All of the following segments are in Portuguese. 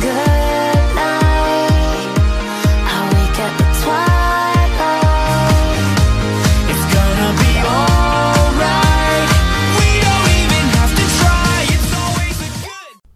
good night. I wake at the twilight. It's gonna be alright. We don't even have to try. It's always a good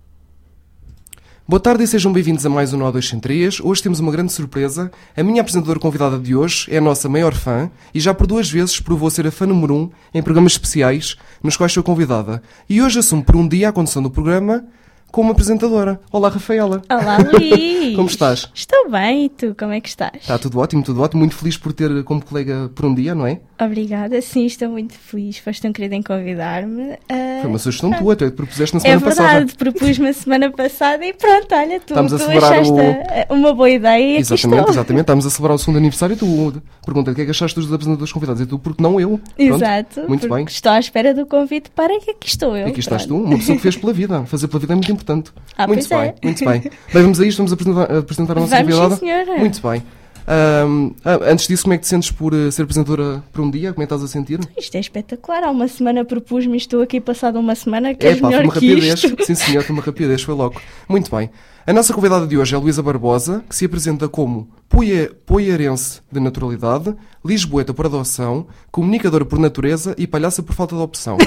Boa tarde e sejam bem-vindos a mais um Nó 203. Hoje temos uma grande surpresa. A minha apresentadora convidada de hoje é a nossa maior fã e já por duas vezes provou ser a fã número um em programas especiais nos quais sou convidada. E hoje assumo por um dia a condução do programa como apresentadora. Olá, Rafaela. Olá, Luís! Como estás? Tá. Estou bem, e tu? Como é que estás? Está tudo ótimo, tudo ótimo. Muito feliz por ter como colega por um dia, não é? Obrigada, sim, estou muito feliz. Foste tão querido em convidar-me. Ah, Foi uma sugestão tua, tu é que propuseste na é semana verdade, passada. propus-me a semana passada e pronto, olha, tu, Estamos a tu celebrar achaste o- ah, uma boa ideia e aqui Exatamente, estou. exatamente. Estamos a celebrar o segundo aniversário e tu pergunta o que é que achaste dos apresentadores convidados. E tu, porque não eu? Pronto, Exato, Muito porque bem. estou à espera do convite para que aqui estou eu. Aqui estás tu, pronto. uma pessoa que fez pela vida. Fazer pela vida é muito importante. Ah, muito pois bem, é. muito bem. Bem, vamos a isto, vamos apresentar, apresentar a nossa Vamos, sim, convidada. senhora. Muito bem. Ahm, ah, antes disso, como é que te sentes por eh, ser apresentadora por um dia? Como é que estás a sentir? Isto é espetacular, há uma semana propus-me e estou aqui passada uma semana, é que és Epá, melhor foi uma que rapidez. isto. Sim, senhor, foi uma rapidez, foi logo. Muito bem. A nossa convidada de hoje é a Luísa Barbosa, que se apresenta como poia- poiarense de naturalidade, lisboeta por adoção, comunicadora por natureza e palhaça por falta de opção.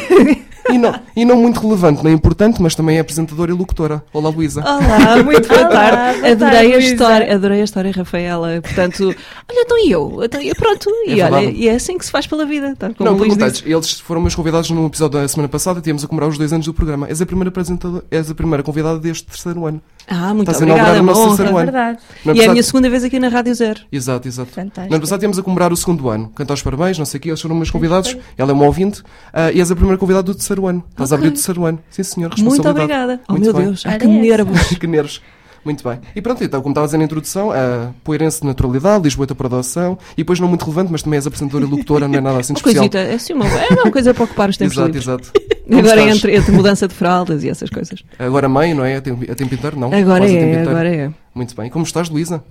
e, não, e não muito relevante, nem importante, mas também é apresentadora e locutora. Olá, Luísa. Ah, Olá, muito boa Olá, tarde. boa adorei, tarde, a Luísa. história, adorei a história, Rafaela. Portanto, olha, então e eu? Então, e pronto, É e olha, verdade. e é assim que se faz pela vida. Tá? Como Não, o Luís perguntaste, disse. eles foram meus convidados no episódio da semana passada e tínhamos a comemorar os dois anos do programa. És a primeira, apresentadora, és a primeira convidada deste terceiro ano. Ah, muito Estás a inaugurar obrigada, o uma nosso honra. terceiro ano. verdade. No E é a episódio- minha segunda vez aqui na Rádio Zero. Exato, exato. Fantástico. No ano passado tínhamos a comemorar o segundo ano. Cantar os parabéns, não sei o quê, eles foram meus convidados. Ela é uma ouvinte. ah, e és a primeira convidada do terceiro ano. Estás a abrir o terceiro ano. Sim, senhor, Muito responsabilidade. obrigada. Oh, Muito meu bem. Deus, ah, que Parece. nervos. que nervos. Muito bem. E pronto, então, como estava a dizer na introdução, a poeirense de naturalidade, Lisboeta por adoção, e depois não muito relevante, mas também és apresentadora e locutora, não é nada assim de Uma especial. coisita, é assim uma, é uma coisa para ocupar os tempos Exato, livres. exato. E Como Agora estás? entre, entre mudança de fraldas e essas coisas. Agora mãe, não é? A tempo, a tempo inteiro, não? Agora Quase a tempo é, inteiro. agora é. Muito bem. Como estás, Luísa?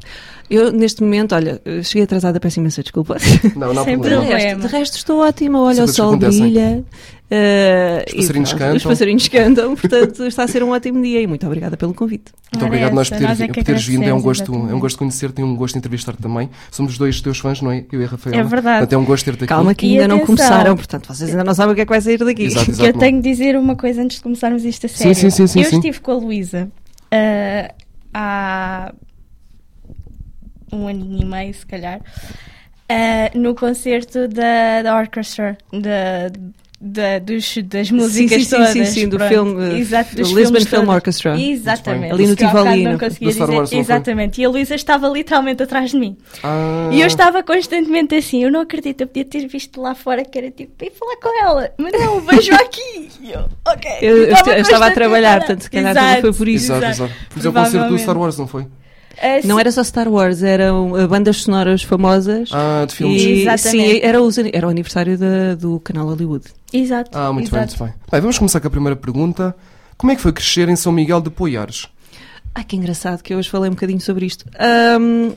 Eu, neste momento, olha, cheguei atrasada, peço imensa desculpa. Não, não há Sem De problema. problema. resto, é, de resto estou ótima, São olha, o coisas que sol acontecem. brilha. eh, Os e passarinhos pronto, cantam. Os passarinhos cantam, portanto está a ser um ótimo dia e muito obrigada pelo convite. Muito Ora, obrigado nós por, essa, ter, nós é vi- que por teres vindo. É um, agradecemos, gosto, é um exatamente. gosto conhecer-te e um gosto entrevistar-te também. Somos dois teus fãs, não é? Eu e a Rafaela. É verdade. Portanto, é um gosto ter-te aqui. Calma que E ainda não atenção. começaram, portanto vocês ainda não sabem o que é que vai sair daqui. Exato, que eu exato. não. tenho de dizer uma coisa antes de começarmos isto a sério. sim, sim, sim, eu sim. estive com a Luísa ah, há um aninho e meio, se calhar, ah, no concerto da, da orchestra, da, da- dos- das músicas sim, sim, todas. sim, sim, do pronto. filme, eh, Exato, dos do Lisbon filmes Film todos. Orchestra. Exatamente. Ali no que eu há bocado Tivoli, não no- conseguia no Star dizer. Wars, não foi? Exatamente. E a Luísa estava literalmente atrás de mim. Ah, E eu estava constantemente assim, eu não acredito, eu podia ter visto lá fora que era tipo, vem falar com ela, mas não, vejo aqui. E eu, ok. Eu- Estava eu eu estava a constantemente trabalhar, portanto, se calhar também foi por isso. Exato, Exato. exato. Por exemplo, o concerto do Provavelmente. Star Wars, não foi? Ah, Não sim. era só Star Wars, eram eh, bandas sonoras famosas. Ah, de filmes. E, Exatamente. sim, era, os ani- era o aniversário da- do canal Hollywood. Exato. Ah, muito bem, exato. muito bem. Bem, vamos começar com a primeira pergunta. Como é que foi crescer em São Miguel de Poiares? Ai, que engraçado que eu hoje falei um bocadinho sobre isto. Ahm,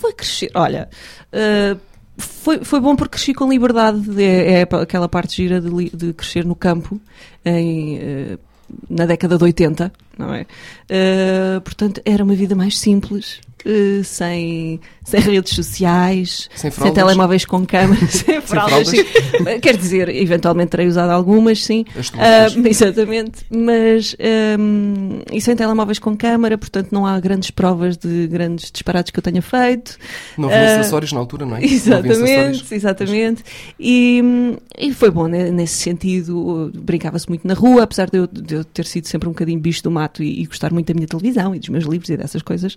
foi crescer, olha, ah, foi, foi bom porque cresci com liberdade, é, é pa- aquela parte gira de, li- de crescer no campo em, ah, na década de 80, não é? Ah, portanto, era uma vida mais simples, ah, sem, sem redes sociais, Sem sem fraldas. telemóveis com câmeras, sem fraldas, fraldas. sim. Quer dizer, eventualmente terei usado algumas, sim, As tuas, Ah, as- Exatamente, mas hum, e sem telemóveis com câmara, portanto não há grandes provas de grandes disparates que eu tenha feito. Não havia Ah, acessórios na altura, não é? Não havia acessórios. Exatamente, exatamente. E, hum, e foi bom né, nesse sentido, brincava-se muito na rua, apesar de eu, de eu ter ter sido sempre um bocadinho bicho do mato e, e gostar muito da minha televisão e dos meus livros e dessas coisas,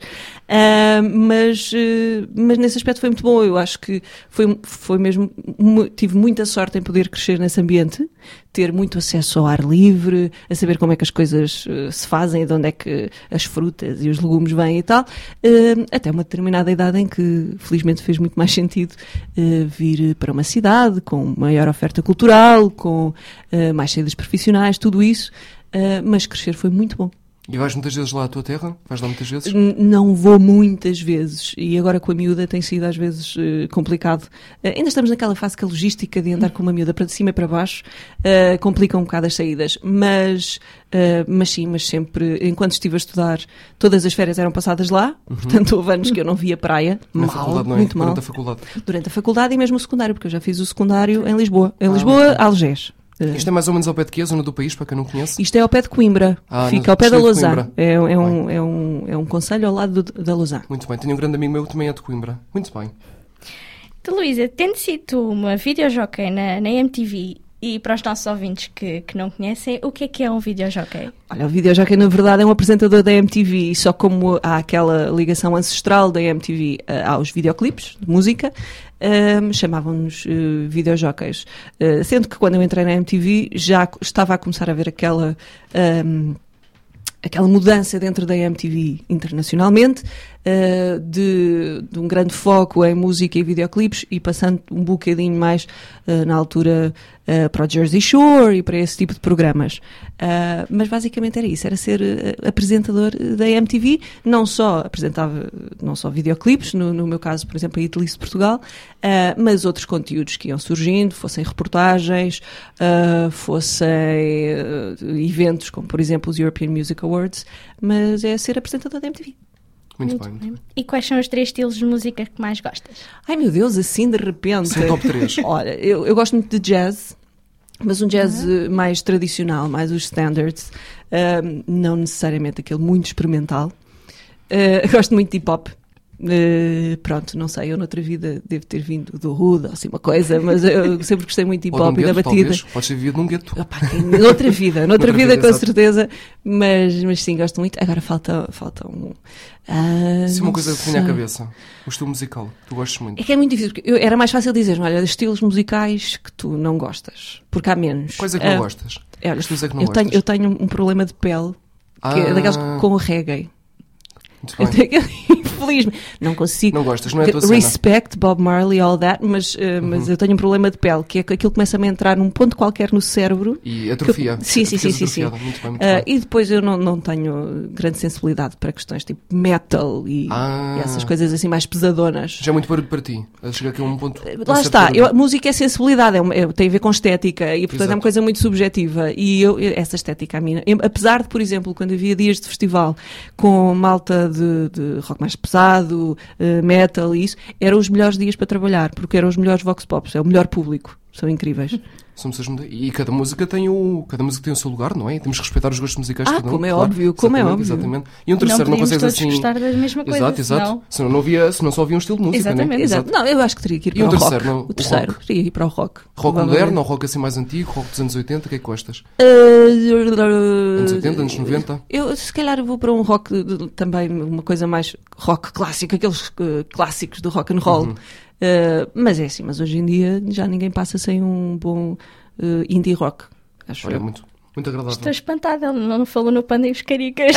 ah, mas, eh, mas nesse aspecto foi muito bom. Eu acho que foi, foi mesmo. mu- Tive muita sorte em poder crescer nesse ambiente, ter muito acesso ao ar livre, a saber como é que as coisas eh, se fazem, de onde é que as frutas e os legumes vêm e tal, eh, até uma determinada idade em que, felizmente, fez muito mais sentido eh, vir para uma cidade com maior oferta cultural, com eh, mais saídas profissionais, tudo isso, eh, mas crescer foi muito bom. E vais muitas vezes lá à tua terra? Vais lá muitas vezes? N- Não vou muitas vezes e agora com a miúda tem sido às vezes eh, complicado. Eh, ainda estamos naquela fase que a logística de andar com uma miúda para de cima e para baixo eh, complica um bocado as saídas, mas, eh, mas sim, mas sempre, enquanto estive a estudar, todas as férias eram passadas lá, portanto houve anos que eu não via praia, Na mal, Uhum. faculdade, não é? muito mal, Durante a faculdade. durante a faculdade e mesmo o secundário, porque eu já fiz o secundário em Lisboa, em Lisboa, Algés. Eh, Ah, Isto é mais ou menos ao pé de que é, a zona do país, para quem não conhece? isto é ao pé de Coimbra, Ah, fica no ao pé da distrito de Lousã. Coimbra. É, é, um, é, um, é um conselho ao lado do- da Lousã. Muito bem, tenho um grande amigo meu que também é de Coimbra. Muito bem. Então, Luísa, tendo sido tu uma videojockey na, na MTV e para os nossos ouvintes que, que não conhecem, o que é que é um videojockey? Olha, o videojockey na verdade é um apresentador da MTV e só como há aquela ligação ancestral da MTV eh, aos videoclipes de música, ehm, chamavam-nos eh, videojockeys. Eh, sendo que quando eu entrei na MTV já co- estava a começar a ver aquela... ehm, aquela mudança dentro da MTV internacionalmente, eh, de, de um grande foco em música e videoclipes e passando um bocadinho mais eh, na altura eh, para o Jersey Shore e para esse tipo de programas. Ah, mas basicamente era isso, era ser eh, apresentador da MTV, não só apresentava eh, não só videoclipes, no, no meu caso, por exemplo, a Italice de Portugal, ah, mas outros conteúdos que iam surgindo, fossem reportagens, ah, fossem eh, eventos, como por exemplo os European Music Awards, mas é ser apresentador da MTV. Muito, bem. um muito bem. E quais são os três estilos de música que mais gostas? Ai meu Deus, assim de repente. Sim, top três. Olha, eu, eu gosto muito de jazz, mas um jazz eh, mais tradicional, mais os standards, ahm, não necessariamente aquele muito experimental. Eh, gosto muito de hip hop. Eh, pronto, não sei, eu noutra vida devo ter vindo do Ruda ou assim uma coisa, mas eu sempre gostei muito de hip Ou de um hop e da gueto, batida. talvez. Podes ter vivido num gueto. Opa, que- noutra vida, noutra Noutra vida vida, com exato. certeza, mas, mas sim, gosto muito. Agora falta, falta um. Ah, Isso é não uma coisa que vinha à sei. cabeça. O estilo musical. Tu gostas muito. É que é muito difícil, porque eu- era mais fácil dizer, olha, estilos musicais que tu não gostas, porque há menos. Quais é que Ah, não gostas? é, olha, Estilos é que não eu, tenho, eu gostas? tenho um problema de pele, que é Ah. daqueles que- com o reggae. Muito Eu bem. tenho aquele- Infelizmente, não consigo. Não gostas, não é a tua cena. Uhum. Respect Bob Marley, all that, mas, eh, mas eu tenho um problema de pele, que é que aquilo começa-me a entrar num ponto qualquer no cérebro. E atrofia. Que eu- Sim, sim, sim, Ficas sim. sim. atrofiada. Muito bem, muito Ah, bem. e depois eu não, não tenho grande sensibilidade para questões tipo metal e, Ah. e essas coisas assim mais pesadonas. Já é muito barulho para ti. Chega aqui a um ponto. um Lá certo está, barulho. eu, música é sensibilidade, é uma- é- tem a ver com estética e portanto é Exato. uma coisa muito subjetiva. E eu, eu- essa estética a mim, em- apesar de, por exemplo, quando havia dias de festival com malta de, de rock mais pesado, eh, metal e isso, eram os melhores dias para trabalhar, porque eram os melhores vox pops, é o melhor público, são incríveis. São pessoas muito- E cada música tem o, cada música tem o seu lugar, não é? Temos que respeitar os gostos musicais Ah, de cada um. como é claro. óbvio, como é Exatamente, óbvio. Exatamente. E um terceiro não não, podemos consegues todos assim. gostar da mesma coisa. exato, exato. senão- Senão não havia, senão só havia um estilo de música, não é? Exatamente. Exato. Não, eu acho que teria que ir E para o o rock. terceiro, não? O O terceiro, rock. teria que ir para o rock. Rock provavelmente. moderno ou rock assim mais antigo, rock dos anos 80, o que é que gostas? Ah, Anos 80, anos 90? Eu se calhar vou para um rock de- de- também, uma coisa mais rock clássico, aqueles eh, clássicos do rock and roll. Uhum. Ah, mas é assim, mas hoje em dia já ninguém passa sem um bom eh, indie rock. Acho Olha, eu. muito, muito agradável. Estou espantada, ele não falou no Panda e os Caricas.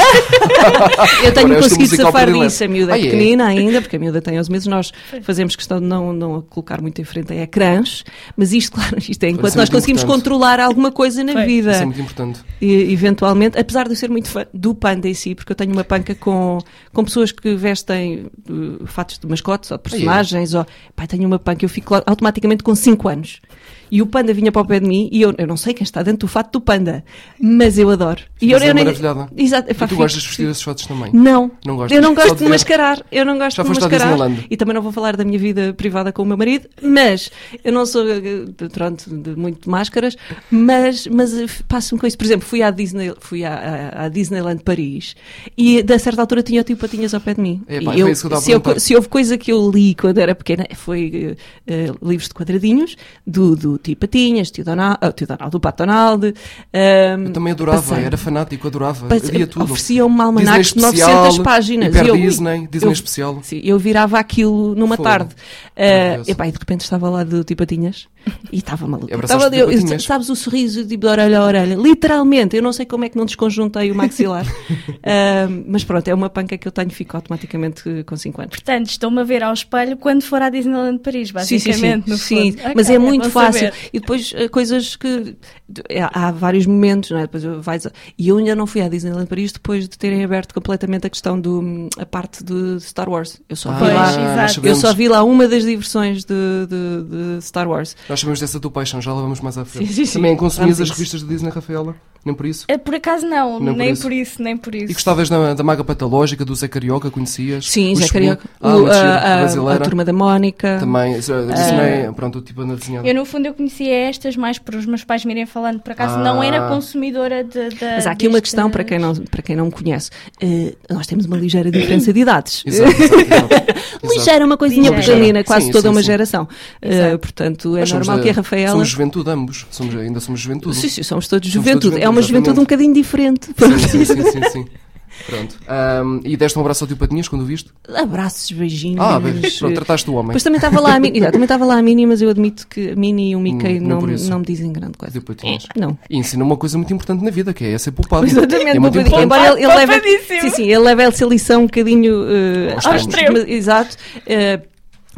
Eu tenho Agora, este conseguido musical safar predileto. disso, a miúda Ah, é é? pequenina ainda, porque a miúda tem 11 meses, nós fazemos questão de não, não a colocar muito em frente a ecrãs, mas isto, claro, isto é enquanto Parece nós muito conseguimos importante. controlar alguma coisa na Foi. vida. Isso é muito importante. E, eventualmente, apesar de eu ser muito fã do panda em si, porque eu tenho uma panca com, com pessoas que vestem uh, fatos de mascotes ou de personagens, ou pai, tenho uma panca, eu fico lá automaticamente com 5 anos. E o panda vinha para o pé de mim e eu, eu não sei quem está dentro do fato do panda, mas eu adoro. E eu, Mas é eu nem- maravilhada. Exato, E pá, tu fico- gostas de vestir esses fotos também? Não, Não gostas? eu não Só gosto de de ver. mascarar. Eu não gosto Já de foste à mascarar. Disneyland? E também não vou falar da minha vida privada com o meu marido, mas eu não sou, eh, de- pronto, de muito de máscaras, mas, mas eh, passo-me com isso. Por exemplo, fui à, Disney, fui à, à- à Disneyland Paris e da certa altura tinha o tio Patinhas ao pé de mim. Epá, E foi isso que eu estava a se, eu, perguntar. se houve coisa que eu li quando era pequena, foi eh, eh, livros de quadradinhos do, do do Tio Patinhas, Tio Donaldo, ah, Tio Donaldo, do Pato eh, Donaldo. ahm, Eu também adorava, passei- era fanático, adorava. Pois, havia tudo. Ofereciam-me Disney almanacs de especial, 900 páginas. Hiper e eu, ui, Disney, Disney eu- especial. Sim, eu virava aquilo numa Fogo. tarde. Ah, Maravilhoso. epá, e de repente estava lá do Tipatinhas e estava maluco. E abraçaste Estava, o eu, Tipatinhas. sabes o sorriso tipo, de orelha a orelha? Literalmente, eu não sei como é que não desconjuntei o maxilar. Ah, mas pronto, é uma panca que eu tenho, fico automaticamente eh, com 5 anos. Portanto, estou-me a ver ao espelho quando for à Disneyland Paris, Sim, sim, sim. basicamente. no Sim, fundo. mas Ok, é muito bom fácil. saber. E depois eh, coisas que. de- é, Há vários momentos, não é? Depois eu- vais a- E eu ainda não fui à Disneyland Paris depois de terem aberto completamente a questão do. hum, a parte de Star Wars. Eu só vi Pois, lá. exato. nós, Eu sabemos, só vi lá uma das diversões de, de- de Star Wars. nós sabemos dessa tua paixão, já lá vamos mais à frente. Sim, sim, sim. Também consumias Vamos as isso. É revistas da Disney, Rafaela? Nem por isso? Eh, Por acaso não, Não por nem isso. por isso, nem por isso. E gostavas da, da Maga Patológica, do Zé Carioca, conhecias? Sim, é Os Zé Spoon- Carioca. Ah, O- muito giro, a, a- brasileira. a Turma Ah, da Mónica. Também, a Disney, pronto, o tipo anda desenhada. Eu, no fundo, eu conhecia estas mais por os meus pais me irem falando. Por acaso, Ah. não era consumidora de, de- Mas há aqui uma destes- questão para quem não, para quem não me conhece. Eh, nós temos uma ligeira diferença de idades. Exato, exato, exato. Ligeira, uma coisinha Ligeira. pequenina, Sim, quase sim, toda uma sim. geração. Eh, portanto, é Mas somos normal da- que a Rafaela. Somos juventude ambos, somos, ainda somos juventude. Sim, sim, somos todos Somos juventude. todos é uma juventude, juventude um bocadinho diferente. sim, sim, sim, sim, sim. Pronto. Ahm, e deste um abraço ao tio Patinhas quando o viste? Abraços, beijinhos. Ah, bem, eh, pronto, trataste do homem. Depois também estava lá a Mini, Exato, também estava lá a Mini, mas eu admito que a Mini e o Mickey Hum, nem não, por isso. não me dizem grande coisa. Tio Patinhas. Não. E ensina uma coisa muito importante na vida, que é ser poupado. Exatamente, é muito poupadinho. importante. Embora ele, ele leve, Poupadíssimo. sim, sim, ele leve essa lição um bocadinho eh, Aos aos extremos. mas- Exato. eh,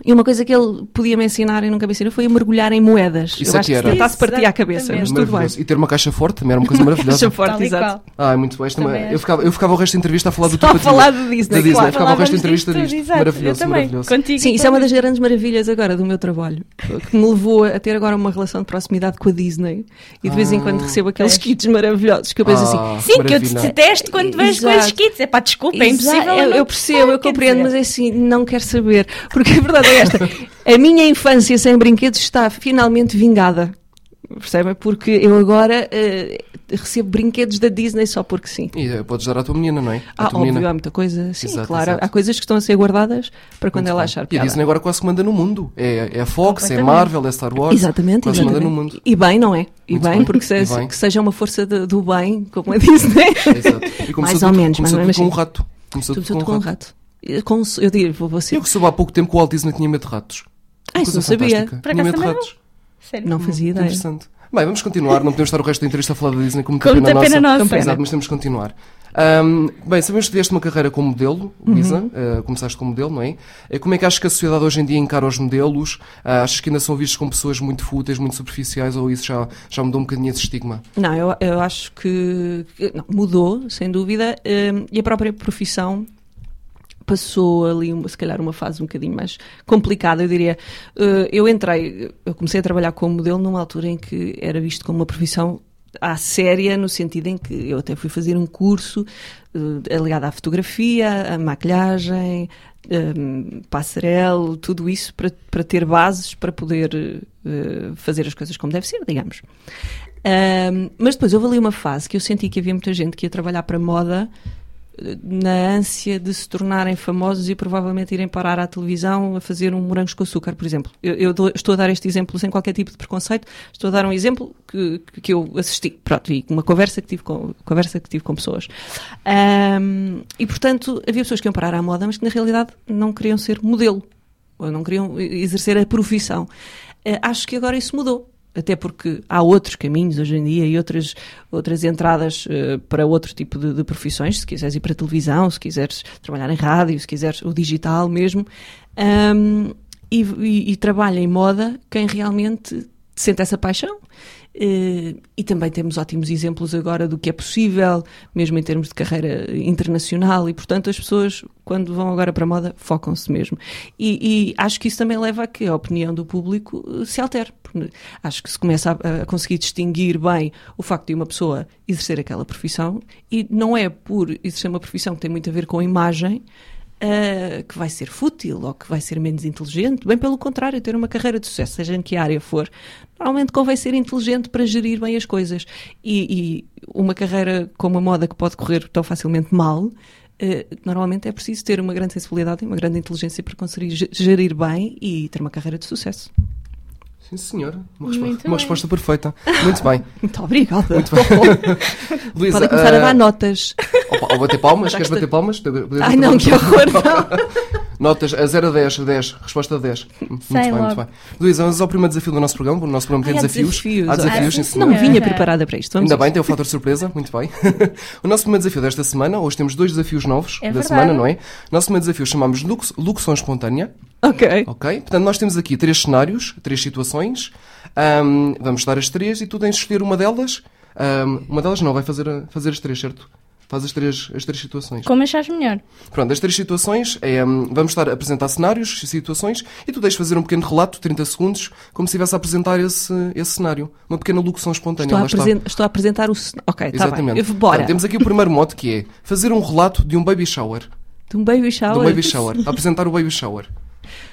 e uma coisa que ele podia me ensinar e nunca me ensinou foi a mergulhar em moedas. Isso eu é acho que que se era. tentasse partir a Exatamente. cabeça, mas tudo bem. Maravilhoso. E ter uma caixa forte também era uma coisa maravilhosa. Acha forte, Tal e exato. Ah, é muito bem. Esta é uma- Também eu, acho. ficava, eu ficava o resto da entrevista a falar do Só teu a patinho. falar do Disney, Da Disney. claro. ficava o resto da Falávamos entrevista disto, disto. exato. Maravilhoso, eu também. maravilhoso. Contigo, Sim, isso é uma das também. grandes maravilhas agora do meu trabalho, que me levou a ter agora uma relação de proximidade com a Disney. E de vez em Ah, quando recebo aqueles kits maravilhosos que eu penso Ah, assim. Sim, que eu te maravilha. detesto quando vejo Exato. coisas kits. É pá, desculpa, é "Exa- impossível. eu, não eu te perceendo, gostar, eu quer compreendo, mas dizer. é assim, não quero saber. Porque a verdade é esta: a minha infância sem brinquedos está finalmente vingada. Percebem? Porque eu agora eh, recebo brinquedos da Disney só porque sim. E eh, podes dar à tua menina, não é? À Ah, tua óbvio, menina. há muita coisa. Sim, Exato, claro. exato. Há coisas que estão a ser guardadas para quando Muito ela bem. achar E a piada. Disney agora quase que manda no mundo. É, é a Fox, é a Completamente. Marvel, é Star Wars. Exatamente, Quase exatamente. manda no mundo. E bem, não é? E Muito bem, bem, porque se- e bem. que seja uma força de- do bem, como é a Disney. Exato. E começou Mais tudo- ou menos, mais começou tudo ou menos, com um sim. rato. Começou Tudo tudo junto com um rato. Eu, com- eu digo, vou, vou ser- Eu que soube há pouco tempo que o Walt Disney tinha medo de ratos. Ah, isso Coisa não sabia. fantástica. Por Tinha acaso medo de também não. ratos. Sério. é- Não fazia ideia. Hum, Interessante. Bem, vamos continuar. Não podemos estar o resto da entrevista a falar da Disney como Com pena muita nossa. pena nossa. Com pena. né? Exato, mas temos que continuar. Ahm, bem, sabemos que tiveste uma carreira como modelo, Luísa. Uhum. ah, começaste como modelo, não é? Eh, Como é que achas que a sociedade hoje em dia encara os modelos? Ah, achas que ainda são vistos como pessoas muito fúteis, muito superficiais, ou isso já, já mudou um bocadinho esse estigma? Não, eu, eu acho que que- não, mudou, sem dúvida, hum, e a própria profissão passou ali, uma- se calhar, uma fase um bocadinho mais complicada, eu diria. Uh, eu entrei, eu comecei a trabalhar como modelo numa altura em que era visto como uma profissão à séria, no sentido em que eu até fui fazer um curso uh, ligado à fotografia, à maquilhagem, um, passarelo, tudo isso para, para ter bases para poder uh, fazer as coisas como deve ser, digamos. Um, mas depois houve ali uma fase que eu senti que havia muita gente que ia trabalhar para moda eh, na ânsia de se tornarem famosos e provavelmente irem parar à televisão a fazer um morangos com açúcar, por exemplo. Eu, eu dou- estou a dar este exemplo sem qualquer tipo de preconceito, estou a dar um exemplo que, que- que eu assisti, pronto, e uma conversa que tive com, conversa que tive com pessoas. Um, e portanto, havia pessoas que iam parar à moda, mas que na realidade não queriam ser modelo ou não queriam exercer a profissão. Eh, Acho que agora isso mudou. Até porque há outros caminhos hoje em dia e outras, outras entradas eh, para outro tipo de, de profissões. Se quiseres ir para a televisão, se quiseres trabalhar em rádio, se quiseres o digital mesmo. Ahm, e, e- e trabalha em moda quem realmente sente essa paixão. Eh, E também temos ótimos exemplos agora do que é possível, mesmo em termos de carreira internacional, e portanto as pessoas, quando vão agora para a moda, focam-se mesmo. E, e acho que isso também leva a que a opinião do público eh, se altere. Porque Acho que se começa a, a conseguir distinguir bem o facto de uma pessoa exercer aquela profissão, e não é por exercer uma profissão que tem muito a ver com a imagem, ah, que vai ser fútil ou que vai ser menos inteligente. Bem pelo contrário, ter uma carreira de sucesso, seja em que área for, normalmente convém ser inteligente para gerir bem as coisas. E, e uma carreira com uma moda que pode correr tão facilmente mal, eh, normalmente é preciso ter uma grande sensibilidade e uma grande inteligência para conseguir ge- gerir bem e ter uma carreira de sucesso. Sim, senhora. Uma, respo- Muito uma bem. resposta perfeita. Muito bem. Muito obrigada. Muito Luísa, Podem começar a ah, dar notas. opa, ou bater palmas. Já Queres gostei. bater palmas? Podemos bater Ai não, palmas? que horror, não. Notas a 0 a 10, 10, resposta 10. Muito Sei bem, muito logo. bem. Luísa, vamos ao primeiro desafio do nosso programa. O nosso programa tem Ai, há desafios. desafios, Há olha. desafios, sim, Ah, Não senhora. vinha preparada para isto. Vamos Ainda a bem, isto. tem o fator surpresa, muito bem. o nosso primeiro desafio desta semana, hoje temos dois desafios novos É da verdade. semana, não é? O nosso primeiro desafio chamamos lux, Luxão Espontânea, Ok. ok? Portanto, nós temos aqui três cenários, três situações, Ahm, vamos dar as três e tu tens de escolher uma delas. Ahm, uma delas não, vai fazer, a- fazer as três, certo? Faz as três, as três situações. Como achares melhor? Pronto, as três situações, é, hum, vamos estar a apresentar cenários, situações, e tu deixas fazer um pequeno relato, 30 segundos, como se estivesse a apresentar esse, esse cenário. Uma pequena locução espontânea. Estou a, lá está. apresen- estou a apresentar o. cen- Ok, está bem. Exatamente. Eu vou- Bora. Portanto, temos aqui o primeiro modo que é fazer um relato de um baby shower. De um baby shower. Do baby shower. apresentar o baby shower.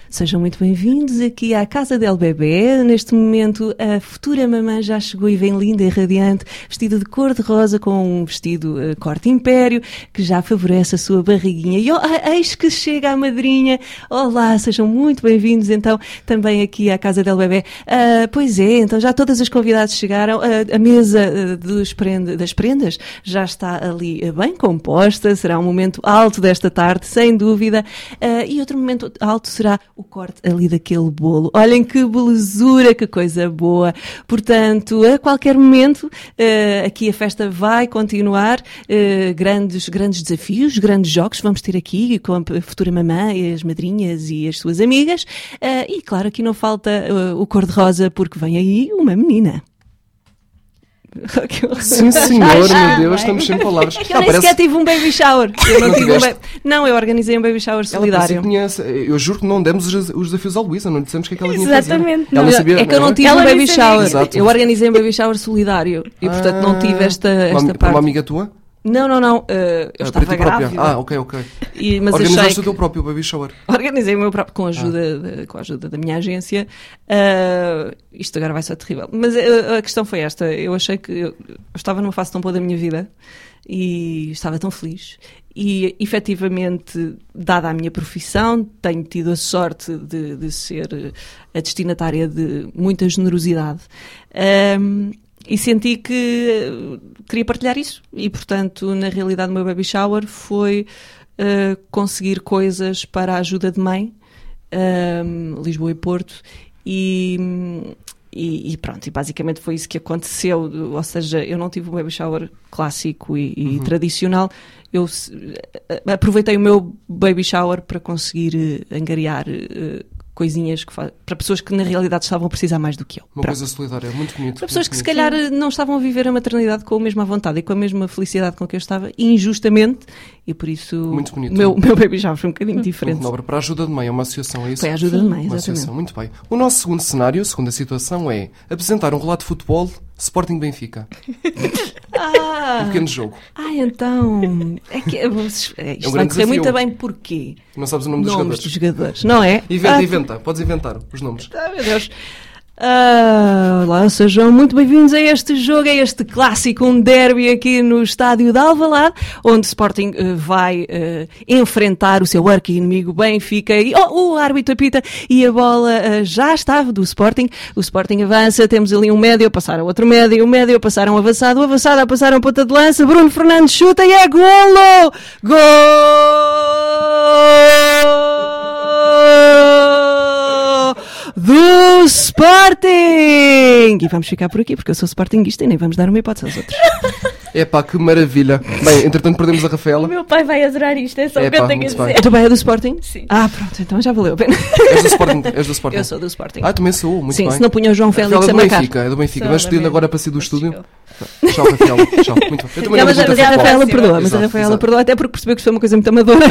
Sejam muito bem-vindos aqui à Casa del Bebê. Neste momento, a futura mamã já chegou e vem linda e radiante, vestida de cor-de-rosa com um vestido eh, corte império, que já favorece a sua barriguinha. E oh, ah, eis que chega a madrinha. Olá, sejam muito bem-vindos então também aqui à Casa del Bebê. Ah, pois é, então já todas as convidadas chegaram. Ah, a mesa eh, dos prende- das prendas já está ali eh, bem composta. Será um momento alto desta tarde, sem dúvida. Ah, e outro momento alto será o corte ali daquele bolo. Olhem que belezura, que coisa boa. Portanto, a qualquer momento, eh, aqui a festa vai continuar. eh, grandes, grandes desafios, grandes jogos vamos ter aqui com a futura mamã e as madrinhas e as suas amigas. Eh, e claro, aqui não falta eh, o cor-de-rosa, porque vem aí uma menina. Que horror. Sim, senhor, meu Deus, bem. estamos sem palavras. É que eu nem sequer tive um baby shower. Eu não, tive um ba- não, eu organizei um baby shower ela parecia que solidário. tinha- eu juro que não demos os, os desafios à Luísa, não lhe dissemos o que é que ela tinha Exatamente, Fazer. Ela não. sabia, Ah. é que eu não tive Ela um nem baby sabia. shower. Exato. Eu organizei um baby shower solidário e, portanto, não tive esta, Ah, esta uma, para parte. uma amiga tua? Não, não, não. eh, eu Ah, estava para ti própria. grávida. Ah, ok, ok. e, mas Organizaste achei o que... teu próprio baby shower. Organizei o meu próprio, com a ajuda, de- com a ajuda da minha agência. Ah, isto agora vai ser terrível. Mas ah, a questão foi esta. Eu achei que eu, eu estava numa fase tão boa da minha vida e estava tão feliz. E, efetivamente, dada a minha profissão, tenho tido a sorte de, de ser eh, a destinatária de muita generosidade. Ahm, e senti que eh, queria partilhar isso. E, portanto, na realidade, o meu baby shower foi eh, conseguir coisas para a ajuda de mãe, ahm, Lisboa e Porto, e, e- e pronto, e basicamente foi isso que aconteceu. Ou seja, eu não tive um baby shower clássico e, Uhum. e tradicional, eu se- eh, aproveitei o meu baby shower para conseguir eh, angariar eh, coisinhas que fa- para pessoas que na realidade estavam a precisar mais do que eu. Uma Pronto. coisa solidária, muito bonito. Para pessoas muito que se bonito. calhar eh, não estavam a viver a maternidade com a mesma vontade e com a mesma felicidade com que eu estava, injustamente, e por isso Muito bonito. Uhum. o meu, meu baby shower foi um bocadinho Muito diferente. nobre. Para a ajuda de mãe, é uma associação, é isso? Foi a ajuda de mãe, Uma exatamente. associação, muito bem. O nosso segundo cenário, segunda situação, é apresentar um relato de futebol Sporting Benfica. Um Ah, pequeno jogo. ah, então. É que, é, isto É um vai grande correr muito desafio. bem porquê? Não sabes o nome dos Nomes jogadores. dos jogadores, não é? Inventa, Ah, inventa. Podes inventar os nomes. Ah, meu Deus. Ah, olá, sejam muito bem-vindos a este jogo, a este clássico, um derby aqui no estádio de Alvalade, onde Sporting eh, vai eh, enfrentar o seu arqui-inimigo Benfica. E, oh, o árbitro apita e a bola eh, já estava do Sporting. O Sporting avança, temos ali um médio a passar a outro médio, o médio a passar a um avançado, o avançado a passar a um ponta de lança. Bruno Fernandes chuta e é golo! Gol! do Sporting! E vamos ficar por aqui, porque eu sou Sportingista e nem vamos dar uma hipótese aos outros. Epá, que maravilha. Bem, entretanto perdemos a O Rafaela. meu pai vai adorar isto, é só o que Epá, eu tenho a muito bem. dizer. Eu também é do Sporting? Sim. Ah, pronto, então já valeu a pena. És do Sporting. És do Sporting. Eu sou do Sporting. Ah, também sou. Muito Sim, bem. se não punha o João Félix Rafaela a é do marcar. Benfica, é do Benfica. Só Vais despedindo lamento. agora para sair do estúdio. Chegou. Tchau, Rafaela. Tchau. Muito bem. Eu também Não, não mas, aguento a- mas a futebol. Rafaela perdoa, mas a Exato, Rafaela exato. perdoa, até porque percebeu que isto foi uma coisa muito amadora.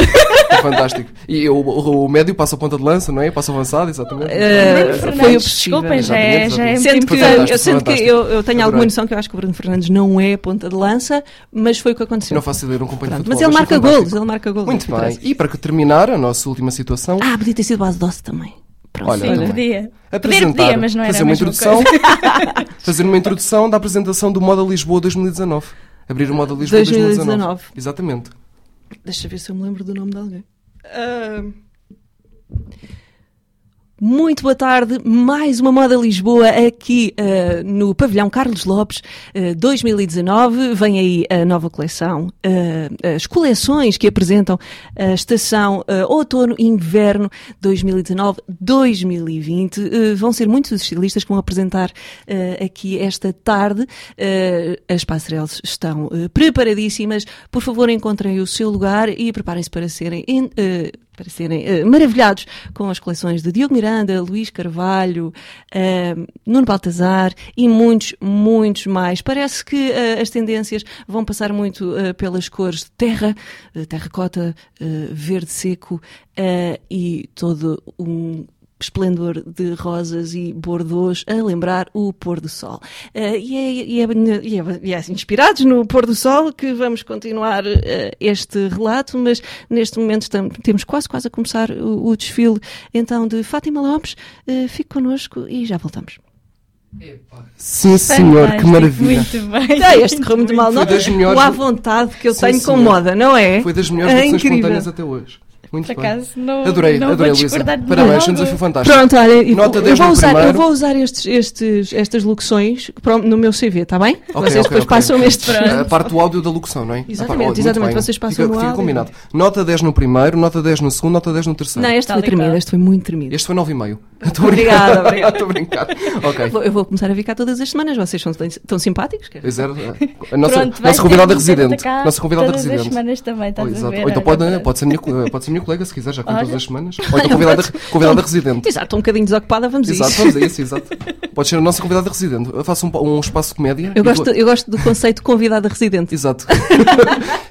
É fantástico. E o, o, o médio passa a ponta de lança, não é? Passa avançado, exatamente. Eh, Bruno foi Fernandes, o possível. Desculpem, já é, já é Exatamente, Sendo muito que, Foi importante. fantástico, eu, sendo que fantástico. eu, eu tenho alguma Adorei. noção que eu acho que o Bruno Fernandes não é ponta de lança, mas foi o que aconteceu. Não é faço ideia, não acompanho Pronto, um futebol. mas ele foi marca fantástico. golos, ele marca golos. é o Muito que bem. interessa. E para que terminar a nossa última situação, Ah, podia ter sido base doce também. Pronto, então Olha, olha. Sim, também. podia. Pedir apresentar, Ah, podia, mas não era fazer a uma mesma introdução, coisa. fazer uma introdução da apresentação do Moda Lisboa 2019. Abrir o Moda Lisboa 2019. 2019. Exatamente. Deixa eu ver se eu me lembro do nome de alguém. Muito boa tarde, mais uma Moda Lisboa aqui eh, no Pavilhão Carlos Lopes eh, 2019. Vem aí a nova coleção, eh, as coleções que apresentam a estação eh, outono-inverno 2019-2020. Eh, vão ser muitos os estilistas que vão apresentar eh, aqui esta tarde. Eh, as passarelas estão eh, preparadíssimas. Por favor, encontrem o seu lugar e preparem-se para serem. en- eh, para serem eh, maravilhados com as coleções de Diogo Miranda, Luís Carvalho, eh, Nuno Baltazar e muitos, muitos mais. Parece que eh, as tendências vão passar muito eh, pelas cores de terra, eh, terracota, eh, verde seco eh, e todo um esplendor de rosas e bordôs a lembrar o pôr do sol. Eh, e, é, e, é, e, é, e é inspirados no pôr do sol que vamos continuar eh, este relato, mas neste momento estamos, temos quase quase a começar o, o desfile então de Fátima Lopes. Eh, fique connosco e já voltamos. Sim, senhor, que Fantástico, maravilha. Muito bem. Ah, este correu muito mal, não? Foi das melhores- O à vontade que eu Sim, tenho com senhor. moda, não é? Foi das melhores É versões incrível. espontâneas até hoje. Muito Por bem. acaso, não. adorei, não adorei, vou Luísa. discordar de Parabéns, nada. foi um desafio fantástico. Pronto, olha, eu Nota vou- 10 eu, vou no usar, eu primeiro. vou usar estes, estes, estas locuções pro- no meu CV, está bem? Ok, ok, Vocês depois ok. passam este. A parte do áudio da locução, não é? Exatamente, Ah, pá, muito exatamente, bem. vocês passam fica, no fica áudio. combinado. Nota 10 no primeiro, nota 10 no segundo, nota 10 no terceiro. Não, este Tal foi e tremido, qual. este foi muito tremido. Este foi 9,5. Estou a brincar. Obrigada, obrigada. Estou a brincar. Eu Ok. vou- Eu vou começar a ficar todas as semanas, vocês são tão- tão simpáticos. quer dizer. Pois era, eh, A nossa, Pronto, vai nossa convidada ter que vir residente. cá Nossa convidada todas residente. as semanas também, estás Oh, a exato. ver? Ou então Olha, pode, pronto. pode, ser minha, co- eh, pode ser minha colega, se quiser, já como Olha. todas as semanas. Ou então convidada, convidada residente. Exato, estou um bocadinho desocupada, vamos a Exato, isso. vamos a isso, exato. Pode ser a nossa convidada residente. Eu faço um, pa- um espaço de comédia. e Eu gosto, tu- eu gosto do conceito de convidada residente. Exato.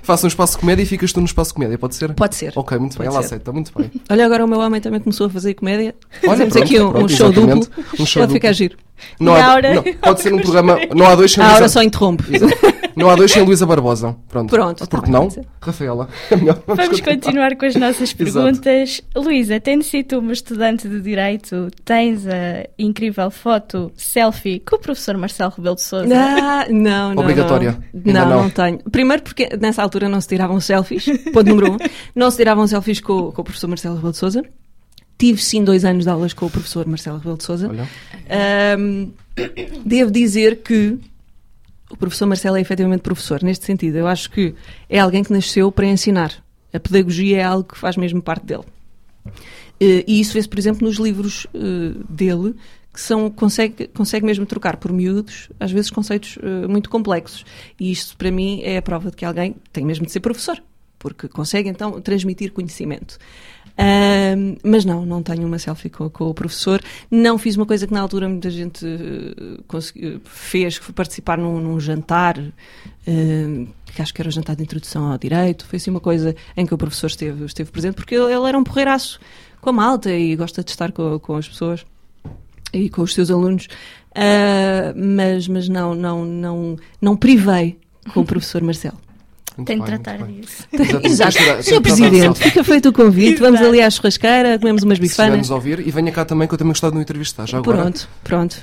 faço um espaço de comédia e ficas tu no espaço de comédia, pode ser? Pode ser. Ok, muito bem, Pode ela ser. aceita, muito bem. Olha, agora o meu homem também começou a fazer comédia. Fazemos pronto, aqui um, um pronto, show duplo. exatamente. Um show Pode duplo. ficar giro. Não há, Laura- não, pode ser um programa. Não há dois sem A Aura só Luísa. interrompe. Não há dois sem Luísa Barbosa. Pronto. Pronto, tá Porque bem, não? pode ser. Rafaela. É melhor Vamos continuar com as nossas Exato. perguntas. Luísa, tendo sido uma estudante de Direito, tens a incrível foto selfie com o professor Marcelo Rebelo de Sousa. Ah, não, não. Obrigatória. Não, Ainda não, não. não tenho. Primeiro porque nessa altura não se tiravam selfies, ponto número um. Não se tiravam selfies com, com o professor Marcelo Rebelo de Souza. Tive sim dois anos de aulas com o professor Marcelo Rebelo de Souza. Olha. Ahm, devo dizer que o professor Marcelo é efetivamente professor, neste sentido. Eu acho que é alguém que nasceu para ensinar. A pedagogia é algo que faz mesmo parte dele. Eh, E isso vê-se, por exemplo, nos livros eh, dele, que são, consegue, consegue mesmo trocar por miúdos, às vezes, conceitos eh, muito complexos. E isto, para mim, é a prova de que alguém tem mesmo de ser professor, porque consegue, então, transmitir conhecimento. Ahm, mas não, não tenho uma selfie com, com o professor. Não fiz uma coisa que na altura muita gente eh, consegui- fez, que foi participar num, num jantar, ahm, que acho que era o jantar de introdução ao direito. Foi assim uma coisa em que o professor esteve, esteve presente, porque ele, ele era um porreiraço com a malta e gosta de estar com, com as pessoas e com os seus alunos, Ah, mas, mas não, não, não, não privei com o professor Marcelo. Muito Tem de bem, tratar muito bem. disso. Exato. Exato. Tens de tirar- tens de tratar Senhor Presidente, selfie. fica feito o convite, vamos Exato. ali à churrasqueira, comemos umas Se estiver bifanas. nos ouvir, e venha cá também que eu também gostava de me entrevistar já agora. Pronto, pronto.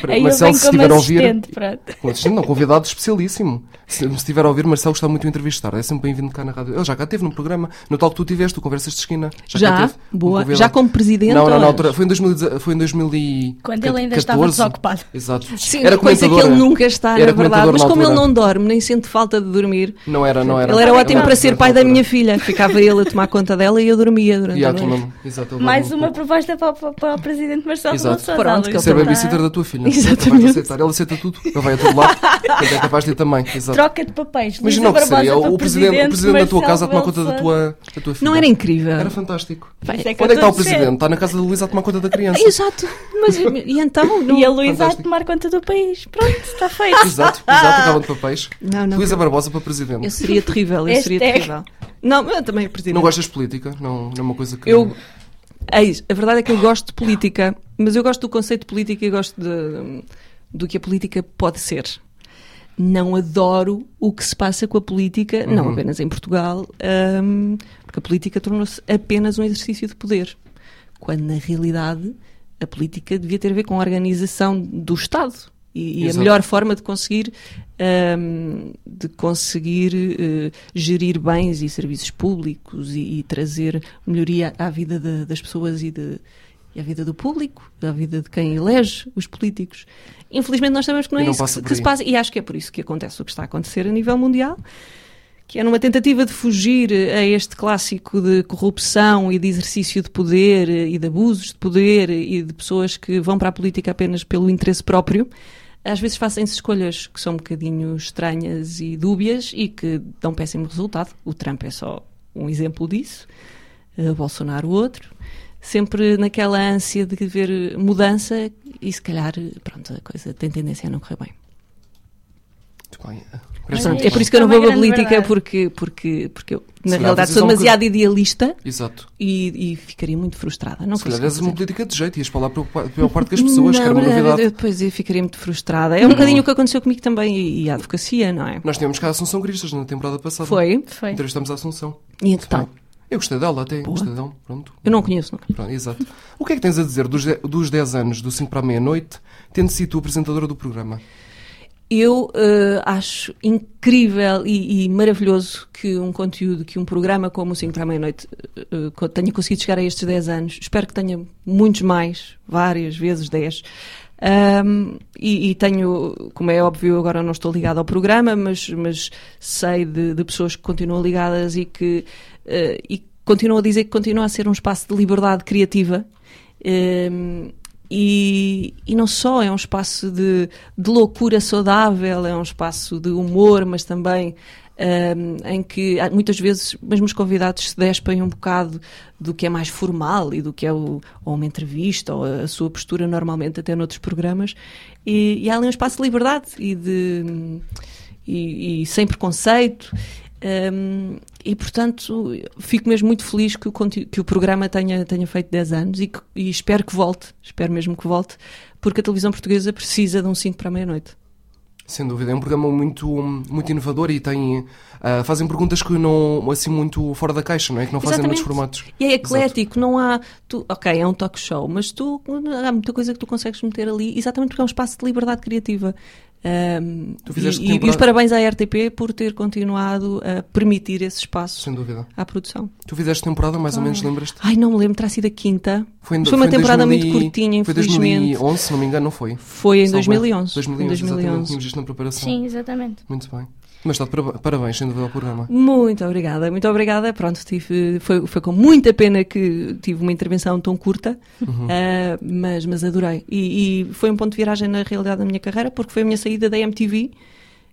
Para- Aí Marcelo, eu se venho estiver como a ouvir. assistente, pronto. Com assistente, não, convidado especialíssimo. Se me estiver a ouvir, Marcelo gostava muito de me entrevistar. É sempre bem-vindo cá na rádio. Ele já cá teve num programa, no tal que tu tiveste, o Conversas de Esquina. cá Já, teve. Um boa. convidado. Já como Presidente? Não, não, ou- é? na altura. Foi em, 2010 foi em 2014. Quando ele ainda estava desocupado. Exato. Sim, era coisa que ele comentadora. nunca está, é. Era na verdade. comentador Mas na como ele altura. não dorme, nem sente falta de dormir, Não era, não era. ele era Ele ótimo era para ser comentador pai na da minha é? altura. filha. Ficava ele a tomar conta dela e eu dormia durante E a há noite. aquele nome. Exato, ele Mais dava um uma pouco. proposta para, para, para o presidente Marcelo Exato. Rebelo de Sousa. Pronto, Luísa. que ele Ser Tá. babysitter da tua filha. Exatamente. Ele vai aceitar. Ele aceita tudo. Ele vai a todo lado. Ele é capaz de ir também. Exato. Troca de papéis. Luísa Imagina o que Barbosa seria para o presidente, o presidente da tua Marcelo casa a tomar Rebelo conta da de tua, da tua filha. Não era incrível? Era fantástico. Sousa. Bem, Isso que Onde eu é que está o estou a dizer. presidente? Está na casa da Luísa a tomar conta Então, da criança. Exato. Mas e então? Não... E a Luísa a Fantástico. tomar conta do país. Pronto, está feito. Exato, exato, acabam de papéis. Não, não. Luísa Barbosa para presidente. Eu seria terrível, eu seria Hashtag. terrível. Não, eu também, presidente. Não gostas de política? Não, não é uma coisa que. Eu, é isso. A verdade é que eu gosto de política, mas eu gosto do conceito de política e gosto de- do que a política pode ser. Não adoro o que se passa com a política, não apenas em Portugal, hum, porque a política tornou-se apenas um exercício de poder, quando na realidade a política devia ter a ver com a organização do Estado e, e a Exato. melhor forma de conseguir hum, de conseguir eh, gerir bens e serviços públicos e, e trazer melhoria à vida da- das pessoas e, de- e à vida do público, à vida de quem elege os políticos. Infelizmente nós sabemos que não E é não isso que, passa se- por que se aí. passa, e acho que é por isso que acontece o que está a acontecer a nível mundial, que é numa tentativa de fugir a este clássico de corrupção e de exercício de poder eh, e de abusos de poder e de pessoas que vão para a política apenas pelo interesse próprio, às vezes fazem-se escolhas que são um bocadinho estranhas e dúbias e que dão péssimo resultado. O Trump é só um exemplo disso, eh, Bolsonaro outro. Sempre naquela ânsia de ver mudança e se calhar, pronto, a coisa tem tendência a não correr bem. Muito bem. Mas Parece-me Portanto, muito é por bem. isso que eu não Isso é vou uma para a grande política, verdade. porque, porque, porque eu, na calhar realidade, vocês sou são um demasiado idealista Exato. e, e ficaria muito frustrada. Não Se calhar consigo és uma fazer. política de jeito, ias falar para a pior parte das pessoas, Não, que era uma verdade, novidade. Eu depois eu ficaria muito frustrada. É um bocadinho o que aconteceu comigo também e, e a advocacia, não é? Nós tivemos cá a Assunção Cristas na temporada passada. Foi. Foi. Entrevistamos a Assunção. E então, Eu gostei dela até. Boa. Gostei dela. Pronto. eu não conheço nunca. Pronto, exato. O que é que tens a dizer dos, de- dos 10 anos, do 5 para a meia-noite, tendo sido tu apresentadora do programa? Eu eh, acho incrível e, e maravilhoso que um conteúdo, que um programa como o 5 para a meia-noite eh, eh, co- tenha conseguido chegar a estes 10 anos. Espero que tenha muitos mais, várias vezes 10. Ahm, e, e tenho, como é óbvio, agora não estou ligada ao programa, mas, mas sei de, de pessoas que continuam ligadas e que, eh, e que continuam a dizer que continua a ser um espaço de liberdade criativa Hum, e, e não só, é um espaço de, de loucura saudável, é um espaço de humor, mas também hum, em que há- muitas vezes mesmo os convidados se despem um bocado do que é mais formal e do que é o- ou uma entrevista ou a sua postura normalmente até noutros programas. E, e há ali um espaço de liberdade e de. hum, e, e sem preconceito. Hum, e portanto, fico mesmo muito feliz que o, conti- que o programa tenha, tenha feito 10 anos e, que- e espero que volte, espero mesmo que volte, porque a televisão portuguesa precisa de um 5 para a meia-noite. Sem dúvida, é um programa muito, muito inovador e tem, ah, fazem perguntas que não, assim, muito fora da caixa, não é? Que não fazem muitos Exatamente. formatos. E é Exato. eclético, não há. Tu, ok, é um talk show, mas tu há muita coisa que tu consegues meter ali, exatamente porque é um espaço de liberdade criativa. Hum, Tu fizeste e, e- e os temporada- parabéns à RTP por ter continuado a permitir esse espaço Sem dúvida. à produção. Tu fizeste temporada, mais ou menos, lembras-te? Ai, não me lembro, terá sido a quinta. em- Mas foi uma em temporada 2000 muito curtinha, Foi infelizmente. 2011, se não me engano, não foi? Foi em Salvo erro. 2011. 2011, Em 2011. exatamente. um Tínhamos isto na preparação. Sim, exatamente. Muito bem. Mas está de parab- parabéns, sem dúvida, ao programa. Muito obrigada, muito obrigada. Pronto, tive, foi, foi com muita pena que tive uma intervenção tão curta, Uhum. ah, mas, mas adorei. E, e foi um ponto de viragem na realidade da minha carreira, porque foi a minha saída da MTV.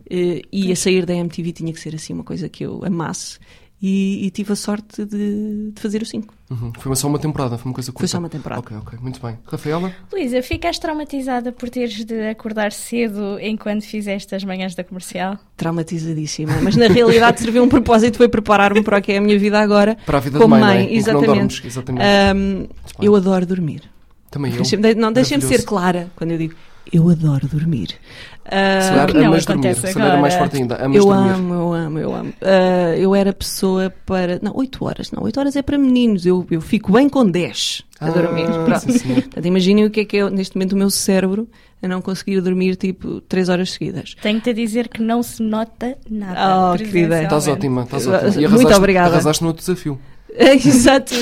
eh, e a sair da MTV tinha que ser assim uma coisa que eu amasse. E, e tive a sorte de, de fazer o 5. Uhum. Foi uma- só uma temporada, foi uma coisa curta. Hum. só uma temporada. Ok, ok. Muito bem. Rafaela? Luísa, ficaste traumatizada por teres de acordar cedo enquanto fizeste as manhãs da comercial? Traumatizadíssima, mas na realidade serviu um propósito, foi preparar-me para o que é a minha vida agora. Para a vida como de mãe, não é? Em que Não exatamente. dormes, exatamente. Ahm, eu adoro dormir. Também eu. Deixa-me de- não, deixem-me ser Maravilhoso. clara quando eu digo eu adoro dormir. Ah, Se calhar que não amas dormir. acontece Se calhar é mais agora. forte ainda. Amas eu dormir. amo, eu amo, eu amo. Ah, eu era pessoa para. Não, 8 horas, não, 8 horas é para meninos. Eu, eu fico bem com 10 a Ah, dormir. Pronto. sim, senhor. Portanto, imaginem o que é que é neste momento o meu cérebro a não conseguir dormir tipo 3 horas seguidas. Tenho-te a dizer que não se nota nada. Oh, querida. Estás presencialmente. ótima, estás Eu- ótima. E muito arrasaste- obrigada. Arrasaste no outro desafio. Exato,